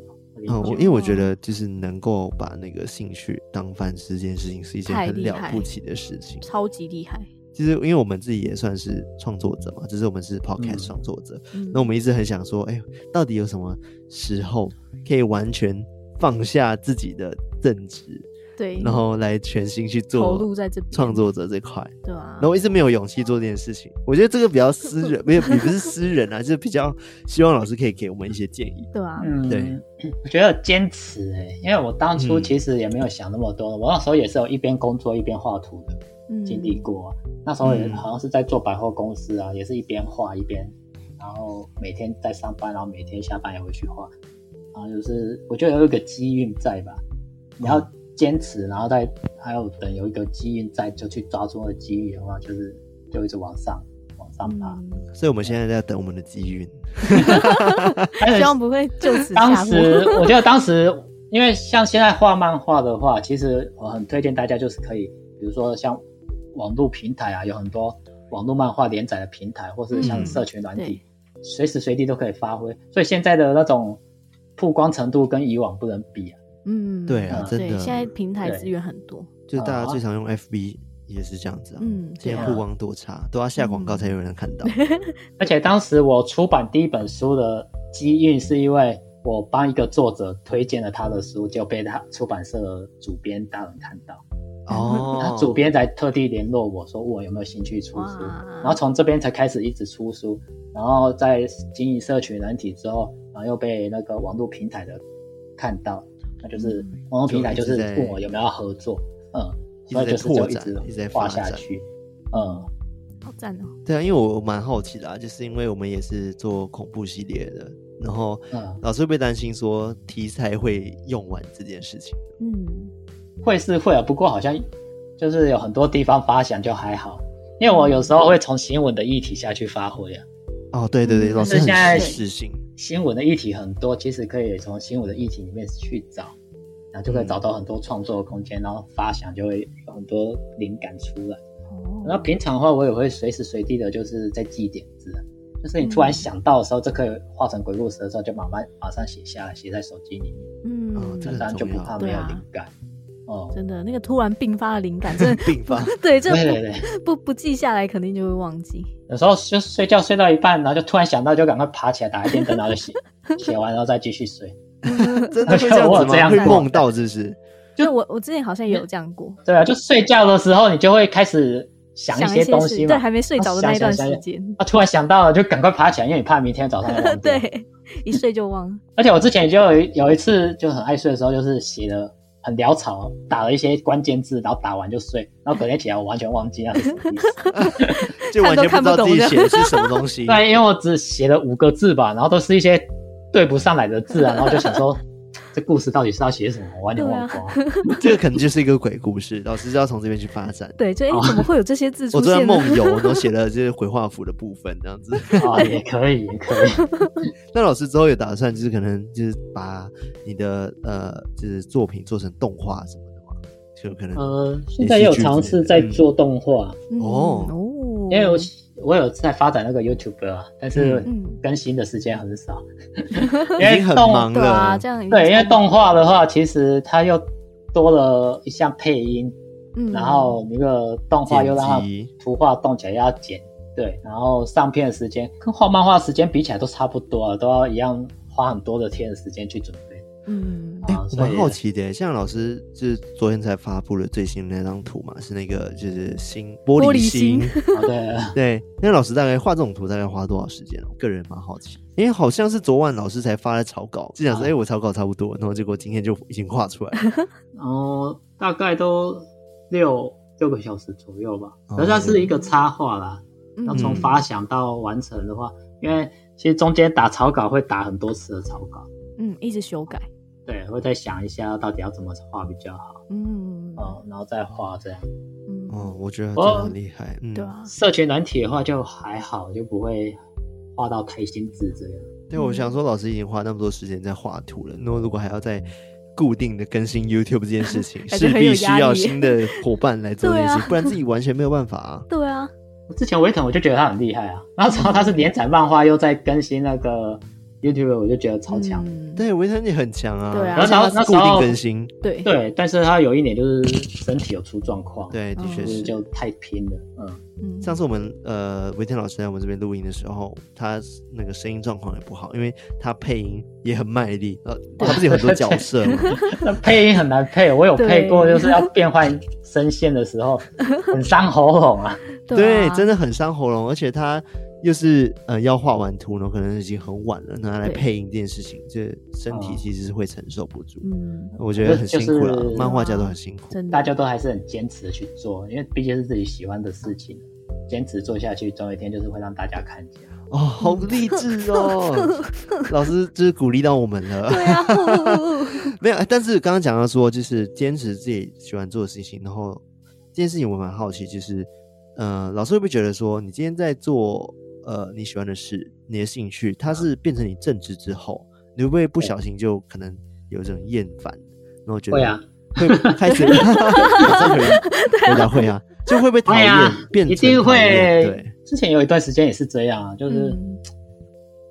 [SPEAKER 1] 嗯，我
[SPEAKER 3] 2019
[SPEAKER 1] 因为我觉得就是能够把那个兴趣当饭吃这件事情是一件
[SPEAKER 2] 太
[SPEAKER 1] 很
[SPEAKER 2] 厉
[SPEAKER 1] 了
[SPEAKER 2] 害
[SPEAKER 1] 不起的事情。
[SPEAKER 2] 超级厉害。
[SPEAKER 1] 其实因为我们自己也算是创作者嘛，只是我们是 podcast
[SPEAKER 3] 嗯
[SPEAKER 1] 创作者，
[SPEAKER 2] 嗯
[SPEAKER 1] 那我们一直很想说，哎、到底有什么时候可以完全放下自己的正职，
[SPEAKER 2] 对，
[SPEAKER 1] 然后来全心去
[SPEAKER 2] 嗯投
[SPEAKER 1] 做
[SPEAKER 2] 入在这边
[SPEAKER 1] 创，作者这块？
[SPEAKER 2] 对啊
[SPEAKER 1] 然，后我一直没有勇气做这件事情。我觉得这个比较私人，没有也不是私人啊，就是比较希望老师可以给我们一些建议。
[SPEAKER 2] 对啊，
[SPEAKER 3] 嗯，
[SPEAKER 1] 对，
[SPEAKER 3] 我觉得坚持哎、因为我当初
[SPEAKER 1] 嗯
[SPEAKER 3] 其实也没有想那么多，我那时候也是有一边工作一边画图的。经历
[SPEAKER 2] 嗯
[SPEAKER 3] 过、啊。那时候也
[SPEAKER 1] 嗯
[SPEAKER 3] 好像是在做百货公司啊，也是一边画一边，然后每天在上班，然后每天下班也会去画。然后就是我觉得有一个机运在吧，你要坚持，然后再还有等有一个机运在，就去抓住那个机遇的话，就是就一直往上往上
[SPEAKER 2] 嗯，
[SPEAKER 3] 爬。
[SPEAKER 2] 嗯
[SPEAKER 1] 所以我们现在在等我们的机运。
[SPEAKER 3] 但
[SPEAKER 2] 希
[SPEAKER 3] 是
[SPEAKER 2] 望不会就此
[SPEAKER 3] 哎 当
[SPEAKER 2] 下
[SPEAKER 3] 时
[SPEAKER 2] 播。
[SPEAKER 3] 我觉得当时，因为像现在画漫画的话，其实我很推荐大家就是可以，比如说像网络平台啊，有很多网络漫画连载的平台，或是像
[SPEAKER 1] 嗯
[SPEAKER 3] 社群软体，随时随地都可以发挥。所以现在的那种曝光程度跟以往不能比啊。
[SPEAKER 2] 嗯，
[SPEAKER 1] 对啊，
[SPEAKER 3] 嗯
[SPEAKER 1] 真
[SPEAKER 2] 对，
[SPEAKER 1] 的。
[SPEAKER 2] 现在平台资源很多，
[SPEAKER 1] 就是大家
[SPEAKER 3] 啊
[SPEAKER 1] 最常用 FB 也是这样子啊。
[SPEAKER 2] 嗯，
[SPEAKER 1] 现
[SPEAKER 2] 对
[SPEAKER 1] 在
[SPEAKER 2] 啊嗯
[SPEAKER 1] 曝光多差，都要下广告才有人看到。
[SPEAKER 3] 而且当时我出版第一本书的机运，是因为我帮一个作者推荐了他的书，就被他出版社的主编大人看到， 他
[SPEAKER 1] 哦，
[SPEAKER 3] 主编才特地联络我说我有没有兴趣出书，
[SPEAKER 2] 哇
[SPEAKER 3] 然后从这边才开始一直出书，然后在经营社群软体之后，然后又被那个网络平台的看到，那就是
[SPEAKER 2] 嗯
[SPEAKER 3] 网络平台就
[SPEAKER 1] 就是一直在
[SPEAKER 3] 问我有没有要合作，嗯，
[SPEAKER 1] 一
[SPEAKER 3] 所以
[SPEAKER 1] 直在
[SPEAKER 3] 就是就
[SPEAKER 1] 拓
[SPEAKER 3] 一
[SPEAKER 1] 展
[SPEAKER 3] 直，
[SPEAKER 1] 一直在
[SPEAKER 3] 画
[SPEAKER 1] 发
[SPEAKER 3] 下
[SPEAKER 1] 展。
[SPEAKER 3] 去，嗯，
[SPEAKER 2] 好赞哦！
[SPEAKER 1] 对啊，因为我蛮好奇的、啊，就是因为我们也是做恐怖系列的，然后
[SPEAKER 3] 嗯
[SPEAKER 1] 老师会不会担心说题材会用完这件事情。
[SPEAKER 2] 嗯，
[SPEAKER 3] 会是会啊，不过好像就是有很多地方发想就还好，因为我有时候会从新闻的议题下去发挥啊。
[SPEAKER 1] 哦，对对对，
[SPEAKER 2] 嗯
[SPEAKER 1] 老师
[SPEAKER 3] 但是现在
[SPEAKER 1] 很实性，
[SPEAKER 3] 新闻的议题很多，其实可以从新闻的议题里面去找，然后就可
[SPEAKER 1] 嗯
[SPEAKER 3] 以找到很多创作的空间，然后发想就会有很多灵感出来。
[SPEAKER 2] 哦，
[SPEAKER 3] 然后平常的话，我也会随时随地的就是在记点子啊，就是你突然想到的时候，这可以画成鬼故事的时候，就慢慢马上写下来，写在手机里面，
[SPEAKER 1] 哦
[SPEAKER 2] 嗯，
[SPEAKER 1] 这
[SPEAKER 3] 那
[SPEAKER 1] 个
[SPEAKER 3] 当然就不怕没有灵感。哦，
[SPEAKER 2] 真的那个突然迸发的灵 感，真的
[SPEAKER 1] 并 发
[SPEAKER 2] 对，这
[SPEAKER 3] 对对对。
[SPEAKER 2] 不不不记下来，肯定就会忘记。
[SPEAKER 3] 有时候就睡觉睡到一半，然后就突然想到，就赶快爬起来打开电灯，然后就写， 写完然后再继续睡。
[SPEAKER 1] 真的会这样子
[SPEAKER 3] 我有这
[SPEAKER 1] 吗？
[SPEAKER 3] 样
[SPEAKER 1] 会
[SPEAKER 3] 过
[SPEAKER 1] 梦到是不是？
[SPEAKER 2] 就我我之前好像也有这样过，
[SPEAKER 3] 对啊，就睡觉的时候你就会开始想
[SPEAKER 2] 想
[SPEAKER 3] 一些
[SPEAKER 2] 一些
[SPEAKER 3] 东
[SPEAKER 2] 事
[SPEAKER 3] 西
[SPEAKER 2] 对，
[SPEAKER 3] 嘛，
[SPEAKER 2] 还没睡着的那一段时
[SPEAKER 3] 想想
[SPEAKER 2] 间，
[SPEAKER 3] 啊，突然想到了就赶快爬起来，因为你怕明天 早上要忘记。
[SPEAKER 2] 对，一睡就忘。
[SPEAKER 3] 而且我之前就有一有一次就很爱睡的时候，就是写的很潦草，打了一些关键字，然后打完就睡，然后隔天起来我完全忘记那是什么 意思。
[SPEAKER 1] 就完全不知道自己写的是什么东西。
[SPEAKER 3] 对，因为我只写了五个字吧，然后都是一些对不上来的字啊，然后就想说这故事到底是要写什么，我完全忘
[SPEAKER 2] 啊
[SPEAKER 3] 光了。
[SPEAKER 1] 这个可能就是一个鬼故事，老师就要从这边去发展。
[SPEAKER 2] 对，就哎、
[SPEAKER 3] 哦
[SPEAKER 2] 怎么会有这些字
[SPEAKER 1] 我昨
[SPEAKER 2] 出
[SPEAKER 1] 天
[SPEAKER 2] 现呢？
[SPEAKER 1] 梦游，然后写了就是回画符的部分这样子。
[SPEAKER 3] 啊，也可以，也可以。
[SPEAKER 1] 那老师之后有打算就是可能就是把你的呃就是作品做成动画什么的吗？就可能
[SPEAKER 3] 呃，现在也有尝试在做动画，
[SPEAKER 2] 嗯
[SPEAKER 1] 哦
[SPEAKER 2] 哦，
[SPEAKER 3] 因为我我有在发展那个 YouTube 啊，但是
[SPEAKER 2] 嗯，
[SPEAKER 3] 更新的时间很 少。因
[SPEAKER 1] 已
[SPEAKER 3] 为
[SPEAKER 1] 经很
[SPEAKER 3] 动
[SPEAKER 1] 忙
[SPEAKER 2] 对啊，
[SPEAKER 1] 了
[SPEAKER 2] 这，样已经
[SPEAKER 3] 对，因为
[SPEAKER 2] 超
[SPEAKER 3] 动画的话，其实它又多了一项配音，
[SPEAKER 2] 嗯
[SPEAKER 3] 然后那个动画又让它
[SPEAKER 1] 剪辑
[SPEAKER 3] 图画动起来要剪，对，然后上片的时间跟画漫画时间比起来都差不多啊，都要一样花很多的天的时间去准备
[SPEAKER 2] 嗯
[SPEAKER 1] 哎、
[SPEAKER 3] 啊。
[SPEAKER 1] 我
[SPEAKER 3] 所以
[SPEAKER 1] 蛮好奇的，像老师就是昨天才发布了最新的那张图嘛，是那个就是新玻
[SPEAKER 2] 玻
[SPEAKER 1] 璃
[SPEAKER 2] 璃
[SPEAKER 1] 心
[SPEAKER 2] 心
[SPEAKER 3] 啊，对。
[SPEAKER 1] 对，那老师大概画这种图大概花多少时间啊？我个人蛮好奇，因为好像是昨晚老师才发了草稿，就想说，哎、
[SPEAKER 3] 啊
[SPEAKER 1] 我草稿差不多，然后结果今天就已经画出来 了。
[SPEAKER 3] 然后大概都六六个小时左右吧。
[SPEAKER 1] 哦
[SPEAKER 3] 可是它是一个插画啦，
[SPEAKER 2] 嗯
[SPEAKER 3] 要从发想到完成的话，因为其实中间打草稿会打很多次的草稿，
[SPEAKER 2] 嗯一直修改，
[SPEAKER 3] 对，会再想一下到底要怎么画比较好，
[SPEAKER 2] 嗯
[SPEAKER 3] 嗯，然后再画这样。
[SPEAKER 2] 嗯
[SPEAKER 1] 哦，我觉得真
[SPEAKER 3] 哦
[SPEAKER 1] 的很厉害，嗯，
[SPEAKER 2] 对，啊，
[SPEAKER 3] 社群软体的话就还好，就不会画到太心字这样。
[SPEAKER 1] 对，我想说
[SPEAKER 2] 嗯
[SPEAKER 1] 老师已经花那么多时间在画图了，那如果还要再固定的更新 YouTube 这件事 情，
[SPEAKER 2] 感觉
[SPEAKER 1] 势
[SPEAKER 2] 很有
[SPEAKER 1] 必需
[SPEAKER 2] 压
[SPEAKER 1] 要
[SPEAKER 2] 力
[SPEAKER 1] 新的伙伴来做这件事，
[SPEAKER 2] 对啊
[SPEAKER 1] 不然自己完全没有办法啊。
[SPEAKER 2] 对啊，
[SPEAKER 3] 之前维腾我就觉得他很厉害啊， 然后之后他是连载漫画又在更新那个 YouTube，我就觉得超强。
[SPEAKER 2] 嗯
[SPEAKER 1] 对，维腾你很强啊，
[SPEAKER 2] 对啊
[SPEAKER 1] 而且它
[SPEAKER 3] 那
[SPEAKER 1] 是
[SPEAKER 3] 时
[SPEAKER 1] 固定
[SPEAKER 3] 候
[SPEAKER 1] 更新，
[SPEAKER 2] 对
[SPEAKER 3] 对，但是他有一年就是身体有出状况，
[SPEAKER 1] 对，的确
[SPEAKER 2] 嗯
[SPEAKER 3] 就是
[SPEAKER 1] 是。
[SPEAKER 3] 就太拼了，嗯，
[SPEAKER 2] 嗯
[SPEAKER 1] 上次我们呃，维天老师来我们这边录音的时候，他那个声音状况也不好，因为他配音也很卖力，呃，他不是有很多角色吗？
[SPEAKER 3] 那配音很难配，我有配过，
[SPEAKER 2] 对
[SPEAKER 3] 就是要变换声线的 时候很伤喉咙啊，
[SPEAKER 1] 对，真
[SPEAKER 2] 的
[SPEAKER 1] 的很伤喉咙，而且他又是呃要画完图呢，可能已经很晚了，拿来
[SPEAKER 2] 对
[SPEAKER 1] 配音这件事情，这身体其实是会承受不住。
[SPEAKER 2] 嗯
[SPEAKER 1] 我觉得很辛苦啦，
[SPEAKER 3] 就是
[SPEAKER 1] 漫画家都很辛苦。
[SPEAKER 2] 真的
[SPEAKER 3] 大家都还是很坚持的去做，因为毕竟是自己喜欢的事情，坚持做下去，总有一天就是会让大家看见。
[SPEAKER 1] 哦，好
[SPEAKER 3] 嗯
[SPEAKER 1] 励志 哦！老师就是鼓励到我们了。
[SPEAKER 2] 对啊，呜呜呜
[SPEAKER 1] 没有，但是刚刚讲到说，就是坚持自己喜欢做的事情，然后这件事情我蛮好奇，就是呃，老师会不会觉得说，你今天在做呃你喜欢的事，你的兴趣，它是变成你正职之后，你会不会不小心就可能有一种厌烦，然后觉得
[SPEAKER 3] 会啊，
[SPEAKER 1] 会开 始回答会啊，就会不会讨
[SPEAKER 3] 会
[SPEAKER 1] 厌、
[SPEAKER 3] 啊
[SPEAKER 1] 变
[SPEAKER 3] 一
[SPEAKER 1] 成
[SPEAKER 3] 定
[SPEAKER 1] 讨厌
[SPEAKER 3] 会
[SPEAKER 1] 对。。
[SPEAKER 3] 之前有一段时间也是这样啊，就是。
[SPEAKER 2] 嗯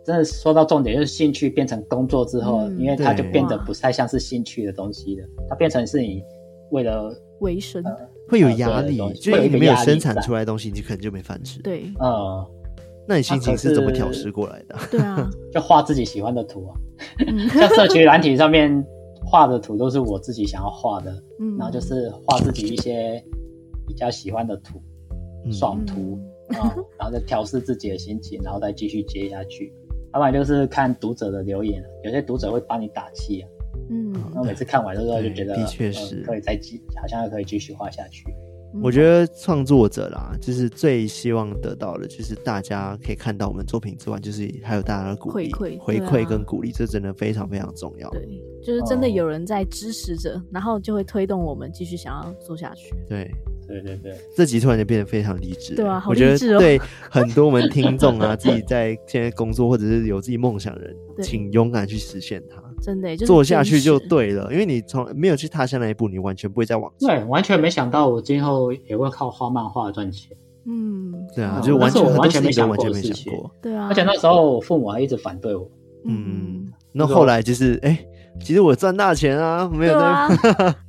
[SPEAKER 3] 真的说到重点，就是兴趣变成工作之后，
[SPEAKER 2] 嗯
[SPEAKER 3] 因为它就
[SPEAKER 1] 对
[SPEAKER 3] 变得不太像是兴趣的东西了，它变成是你为了
[SPEAKER 2] 为生
[SPEAKER 1] 会有压力
[SPEAKER 3] 啊对，
[SPEAKER 1] 就
[SPEAKER 3] 会
[SPEAKER 1] 因为
[SPEAKER 3] 有一个
[SPEAKER 1] 你没有
[SPEAKER 3] 压力
[SPEAKER 1] 生产
[SPEAKER 3] 在
[SPEAKER 1] 出来的东西，你可能就没饭吃。，
[SPEAKER 2] 对
[SPEAKER 3] 嗯，
[SPEAKER 1] 那你心情是怎么
[SPEAKER 3] 啊可是
[SPEAKER 1] 调试过来的啊？
[SPEAKER 2] 对 啊，
[SPEAKER 3] 就画自己喜欢的图啊，
[SPEAKER 2] 嗯
[SPEAKER 3] 像社群软体上面画的图都是我自己想要画的，
[SPEAKER 2] 嗯，
[SPEAKER 3] 然后就是画自己一些比较喜欢的图，
[SPEAKER 1] 嗯
[SPEAKER 3] 爽图啊、然后再调试自己的心情，然后再继续接下去。要不然就是看读者的留言，有些读者会帮你打气啊。
[SPEAKER 2] 嗯，嗯
[SPEAKER 3] 然后每次看完之后就觉得，
[SPEAKER 1] 对的确
[SPEAKER 3] 嗯
[SPEAKER 1] 是
[SPEAKER 3] 可以再继，好像可以继续画下去。
[SPEAKER 2] 嗯
[SPEAKER 1] 我觉得创作者啦，就是最希望得到的，就是大家可以看到我们作品之外，就是还有大家的鼓励、
[SPEAKER 2] 回馈
[SPEAKER 1] 回
[SPEAKER 2] 对啊
[SPEAKER 1] 馈跟鼓励，这真的非常非常重要。
[SPEAKER 2] 对，就是真的
[SPEAKER 3] 哦
[SPEAKER 2] 有人在支持着，然后就会推动我们继续想要做下去。
[SPEAKER 1] 对，
[SPEAKER 3] 对对对，
[SPEAKER 1] 这集突然就变得非常励志，
[SPEAKER 2] 对啊好
[SPEAKER 1] 我觉
[SPEAKER 2] 励志
[SPEAKER 1] 得
[SPEAKER 2] 哦
[SPEAKER 1] 对很多我们听众啊， 自己在现在工作或者是有自己梦想的人，
[SPEAKER 2] 对
[SPEAKER 1] 请勇敢去实现它，
[SPEAKER 2] 真的、就是
[SPEAKER 1] 做下去就
[SPEAKER 2] 坚持。
[SPEAKER 1] 对了。因为你从没有去踏下那一步，你完全不会再往前。
[SPEAKER 3] 对，完全没想到我今后也会靠画漫画赚钱。
[SPEAKER 2] 嗯，
[SPEAKER 1] 对啊，
[SPEAKER 3] 哦
[SPEAKER 1] 就完全
[SPEAKER 3] 那是我
[SPEAKER 1] 很多事
[SPEAKER 3] 完全
[SPEAKER 1] 情
[SPEAKER 3] 没
[SPEAKER 1] 都
[SPEAKER 3] 想
[SPEAKER 1] 完
[SPEAKER 3] 过
[SPEAKER 1] 全
[SPEAKER 3] 的
[SPEAKER 1] 没
[SPEAKER 3] 事
[SPEAKER 1] 想
[SPEAKER 3] 情
[SPEAKER 1] 过。
[SPEAKER 2] 对啊，
[SPEAKER 3] 而且那时候我父母还一直反对我，
[SPEAKER 1] 嗯，那
[SPEAKER 3] 那
[SPEAKER 1] 后来就是哎、其实我赚大钱啊，没
[SPEAKER 2] 对
[SPEAKER 1] 有在、
[SPEAKER 2] 啊，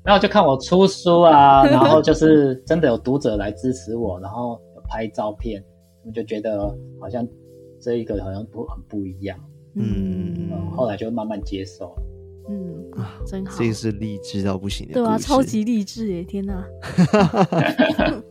[SPEAKER 3] 然后就看我出书啊，然后就是真的有读者来支持我，然后有拍照片，我就觉得好像这一个好像不很不一样。
[SPEAKER 1] 嗯
[SPEAKER 3] 嗯，后来就慢慢接受了。
[SPEAKER 2] 嗯，
[SPEAKER 1] 啊
[SPEAKER 2] 真好
[SPEAKER 1] 这。个是励志到不行的故
[SPEAKER 2] 对
[SPEAKER 1] 事。
[SPEAKER 2] 啊，超级励志耶！天哪，
[SPEAKER 1] 好呃了，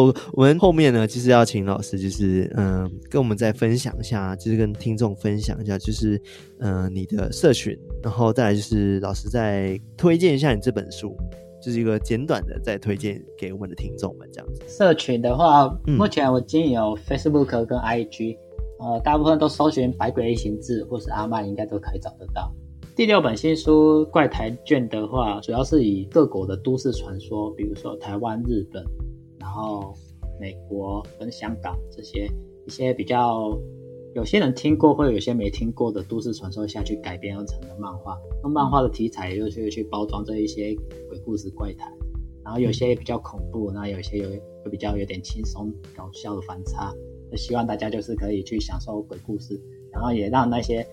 [SPEAKER 1] 我我们后面呢，就是要请老师，就是嗯、跟我们再分享一下，就是跟听众分享一下，就是嗯、呃你的社群，然后再来就是老师再推荐一下你这本书，就是一个简短的再推荐给我们的听众们这样子。
[SPEAKER 3] 社群的话，
[SPEAKER 1] 嗯
[SPEAKER 3] 目前我经营有 Facebook 跟 IG，呃，大部分都搜寻“百鬼夜行志”或是阿曼，应该都可以找得到。第六本新书《怪谈卷》的话，主要是以各国的都市传说，比如说台湾、日本，然后美国跟香港这些一些比较有些人听过，或者有些没听过的都市传说下去改编而成的漫画，用漫画的题材就去去包装这一些鬼故事、怪谈。然后有些比较恐怖，那有些有有比较有点轻松搞笑的反差。那希望大家就是可以去享受鬼故事，然后也让那些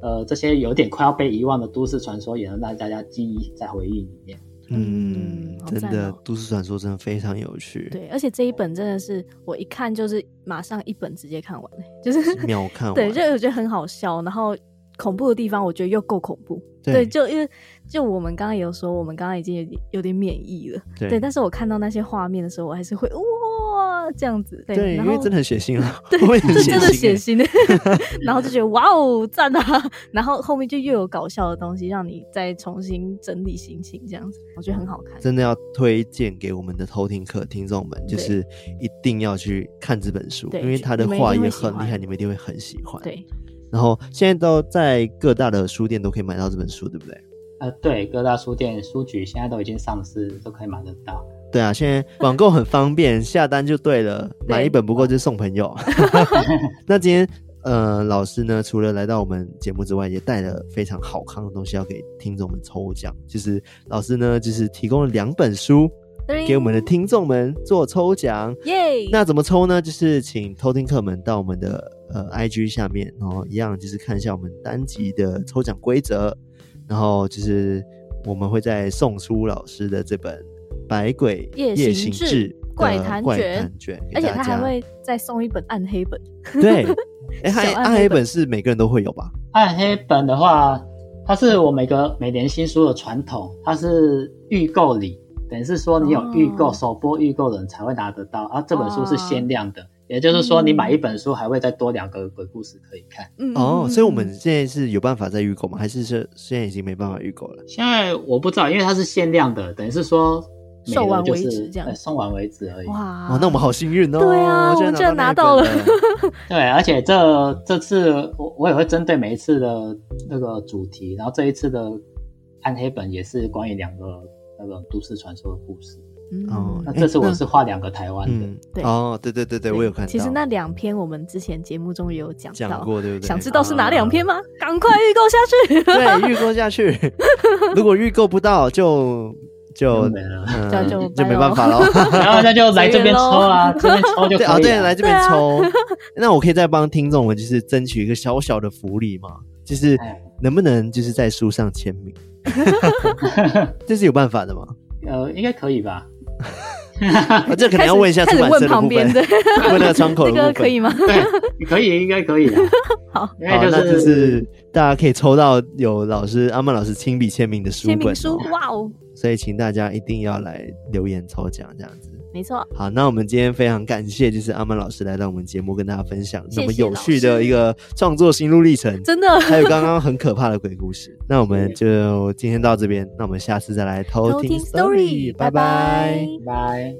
[SPEAKER 3] 呃这些有点快要被遗忘的都市传说，也能让大家记忆在回忆里面。
[SPEAKER 2] 嗯好
[SPEAKER 1] 真
[SPEAKER 2] 赞
[SPEAKER 1] 的
[SPEAKER 2] 哦
[SPEAKER 1] 都市传说真的非常有趣，
[SPEAKER 2] 对，而且这一本真的是我一看就是马上一本直接看完，欸就是
[SPEAKER 1] 秒看完。
[SPEAKER 2] 对，就我觉得很好笑，然后恐怖的地方我觉得又够恐怖，对，
[SPEAKER 1] 对
[SPEAKER 2] 就因为就我们刚刚有说，我们刚刚已经有点有点免疫了，
[SPEAKER 1] 对
[SPEAKER 2] 但是我看到那些画面的时候，我还是会哇这样子，对，
[SPEAKER 1] 对，因
[SPEAKER 2] 然后
[SPEAKER 1] 为真的很血腥啊， 对，会 很
[SPEAKER 2] 这
[SPEAKER 1] 血
[SPEAKER 2] 真的血
[SPEAKER 1] 腥欸。
[SPEAKER 2] 腥， 然后就觉得哇哦赞啊，然后后面就又有搞笑的东西，让你再重新整理心情，这样子我觉得很好看，
[SPEAKER 1] 真的要推荐给我们的偷听课听众们，就是一定要去看这本书，
[SPEAKER 2] 对
[SPEAKER 1] 因为他的
[SPEAKER 2] 你们一定
[SPEAKER 1] 画也
[SPEAKER 2] 会喜
[SPEAKER 1] 很厉
[SPEAKER 2] 欢
[SPEAKER 1] 害，你们一定会很喜欢。，
[SPEAKER 2] 对，
[SPEAKER 1] 然后现在都在各大的书店都可以买到这本书，对不对？
[SPEAKER 3] 呃，对，各大书店、书局现在都已经上市，都可以买得到。
[SPEAKER 1] 对啊，现在网购很方便， 下单就对了，
[SPEAKER 2] 对
[SPEAKER 1] 买一本不够就送朋 友。 那今天呃，老师呢，除了来到我们节目之外，也带了非常好康的东西要给听众们抽奖，就是老师呢，就是提供了两本书给我们的听众们做抽奖。
[SPEAKER 2] 耶，
[SPEAKER 1] 那怎么抽呢？就是请偷听客们到我们的呃 IG 下面，然后一样就是看一下我们单集的抽奖规则，然后就是我们会再送出老师的这本《百鬼
[SPEAKER 2] 夜
[SPEAKER 1] 夜行
[SPEAKER 2] 行志
[SPEAKER 1] 志》
[SPEAKER 2] 怪
[SPEAKER 1] 的
[SPEAKER 2] 谈
[SPEAKER 1] 怪
[SPEAKER 2] 卷
[SPEAKER 1] 谈卷给
[SPEAKER 2] 而且
[SPEAKER 1] 大
[SPEAKER 2] 他还
[SPEAKER 1] 家
[SPEAKER 2] 会再送一本暗黑本，
[SPEAKER 1] 对，哎，
[SPEAKER 2] 小
[SPEAKER 1] 暗黑
[SPEAKER 2] 暗
[SPEAKER 1] 暗
[SPEAKER 2] 黑
[SPEAKER 1] 黑
[SPEAKER 2] 本
[SPEAKER 1] 本是每个人都会有吧？
[SPEAKER 3] 暗黑本的话，它是我每个每年新书的传统，它是预购礼，等于是说你有预购、
[SPEAKER 2] 哦
[SPEAKER 3] 首播预购的人才会拿得到啊。这本书是限量的，也就是说
[SPEAKER 2] 嗯
[SPEAKER 3] 你买一本书还会再多两个鬼故事可以看。
[SPEAKER 2] 嗯，
[SPEAKER 1] 哦，
[SPEAKER 2] 嗯
[SPEAKER 1] 所以我
[SPEAKER 2] 嗯
[SPEAKER 1] 们现在是有办法在预购吗？还是是现在已经没办法预购了？
[SPEAKER 3] 现在我不知道，因为它是限量的，等于是说没
[SPEAKER 2] 售
[SPEAKER 3] 了
[SPEAKER 2] 完
[SPEAKER 3] 就
[SPEAKER 2] 为
[SPEAKER 3] 是
[SPEAKER 2] 止这样
[SPEAKER 3] 呃送完为止而已。
[SPEAKER 2] 嗯哇
[SPEAKER 1] 哦，那我们好幸运哦！
[SPEAKER 2] 啊对啊我们
[SPEAKER 1] 居然
[SPEAKER 2] 居然拿
[SPEAKER 1] 到那
[SPEAKER 2] 到
[SPEAKER 1] 一
[SPEAKER 2] 了
[SPEAKER 1] 本了
[SPEAKER 3] 对，而且这这次我我也会针对每一次的那个主题，然后这一次的暗黑本也是关于两个那个都市传说的故事。
[SPEAKER 2] 嗯
[SPEAKER 1] 哦
[SPEAKER 3] 那
[SPEAKER 1] 哎
[SPEAKER 3] 这次我
[SPEAKER 1] 那
[SPEAKER 3] 是画两个台湾的，
[SPEAKER 1] 嗯，
[SPEAKER 2] 对
[SPEAKER 1] 哦，对对对对，我有看到。
[SPEAKER 2] 其实那两篇我们之前节目中也有讲
[SPEAKER 1] 讲
[SPEAKER 2] 到，
[SPEAKER 1] 过，对不对？啊
[SPEAKER 2] 想知道是哪两篇吗？赶快预购下去。
[SPEAKER 1] 对，预购下 去，如果预购不到就就
[SPEAKER 3] 就没了
[SPEAKER 1] 嗯
[SPEAKER 2] 就就
[SPEAKER 1] 就没
[SPEAKER 2] 拜
[SPEAKER 1] 办
[SPEAKER 2] 咯
[SPEAKER 1] 法 了。
[SPEAKER 3] 然后那就来这边抽啊，这边抽
[SPEAKER 1] 对
[SPEAKER 3] 就可以了。
[SPEAKER 1] 啊，对，来这边
[SPEAKER 2] 对啊
[SPEAKER 1] 抽。那我可以再帮听众们就是争取一个小小的福利嘛，就是
[SPEAKER 3] 哎
[SPEAKER 1] 能不能就是在书上 签名？这是有办法的吗？
[SPEAKER 3] 呃，应该可以吧？
[SPEAKER 1] 啊， 这可能要问一下
[SPEAKER 2] 开
[SPEAKER 1] 出
[SPEAKER 2] 始
[SPEAKER 1] 版
[SPEAKER 2] 问
[SPEAKER 1] 社的
[SPEAKER 2] 旁
[SPEAKER 1] 部
[SPEAKER 2] 边
[SPEAKER 1] 分，
[SPEAKER 2] 的
[SPEAKER 1] 问那个窗 口的
[SPEAKER 2] 这
[SPEAKER 1] 部
[SPEAKER 2] 个
[SPEAKER 1] 分。
[SPEAKER 2] 可以吗？
[SPEAKER 3] 对， 可以，应该可以的。
[SPEAKER 2] 好，
[SPEAKER 3] 因为
[SPEAKER 1] 好，
[SPEAKER 3] 就
[SPEAKER 1] 那
[SPEAKER 3] 是
[SPEAKER 1] 就是大家可以抽到有老师阿曼老师亲笔签名的书
[SPEAKER 2] 签名
[SPEAKER 1] 本
[SPEAKER 2] 书
[SPEAKER 1] 哦，，
[SPEAKER 2] 哇哦，
[SPEAKER 1] 所以请大家一定要来留言抽奖这样子。
[SPEAKER 2] 没错，
[SPEAKER 1] 好，那我们今天非常感谢，就是阿曼老师来到我们节目，跟大家分享那么
[SPEAKER 2] 谢谢
[SPEAKER 1] 有趣
[SPEAKER 2] 老
[SPEAKER 1] 的
[SPEAKER 2] 师
[SPEAKER 1] 一个创作心路历 程，
[SPEAKER 2] 真的
[SPEAKER 1] 还有刚刚很可怕的鬼故事。那我们就今天到这边，那我们下次再来偷
[SPEAKER 2] 偷
[SPEAKER 1] 听
[SPEAKER 2] 听
[SPEAKER 1] story，
[SPEAKER 2] story，
[SPEAKER 1] 拜拜。
[SPEAKER 3] 拜。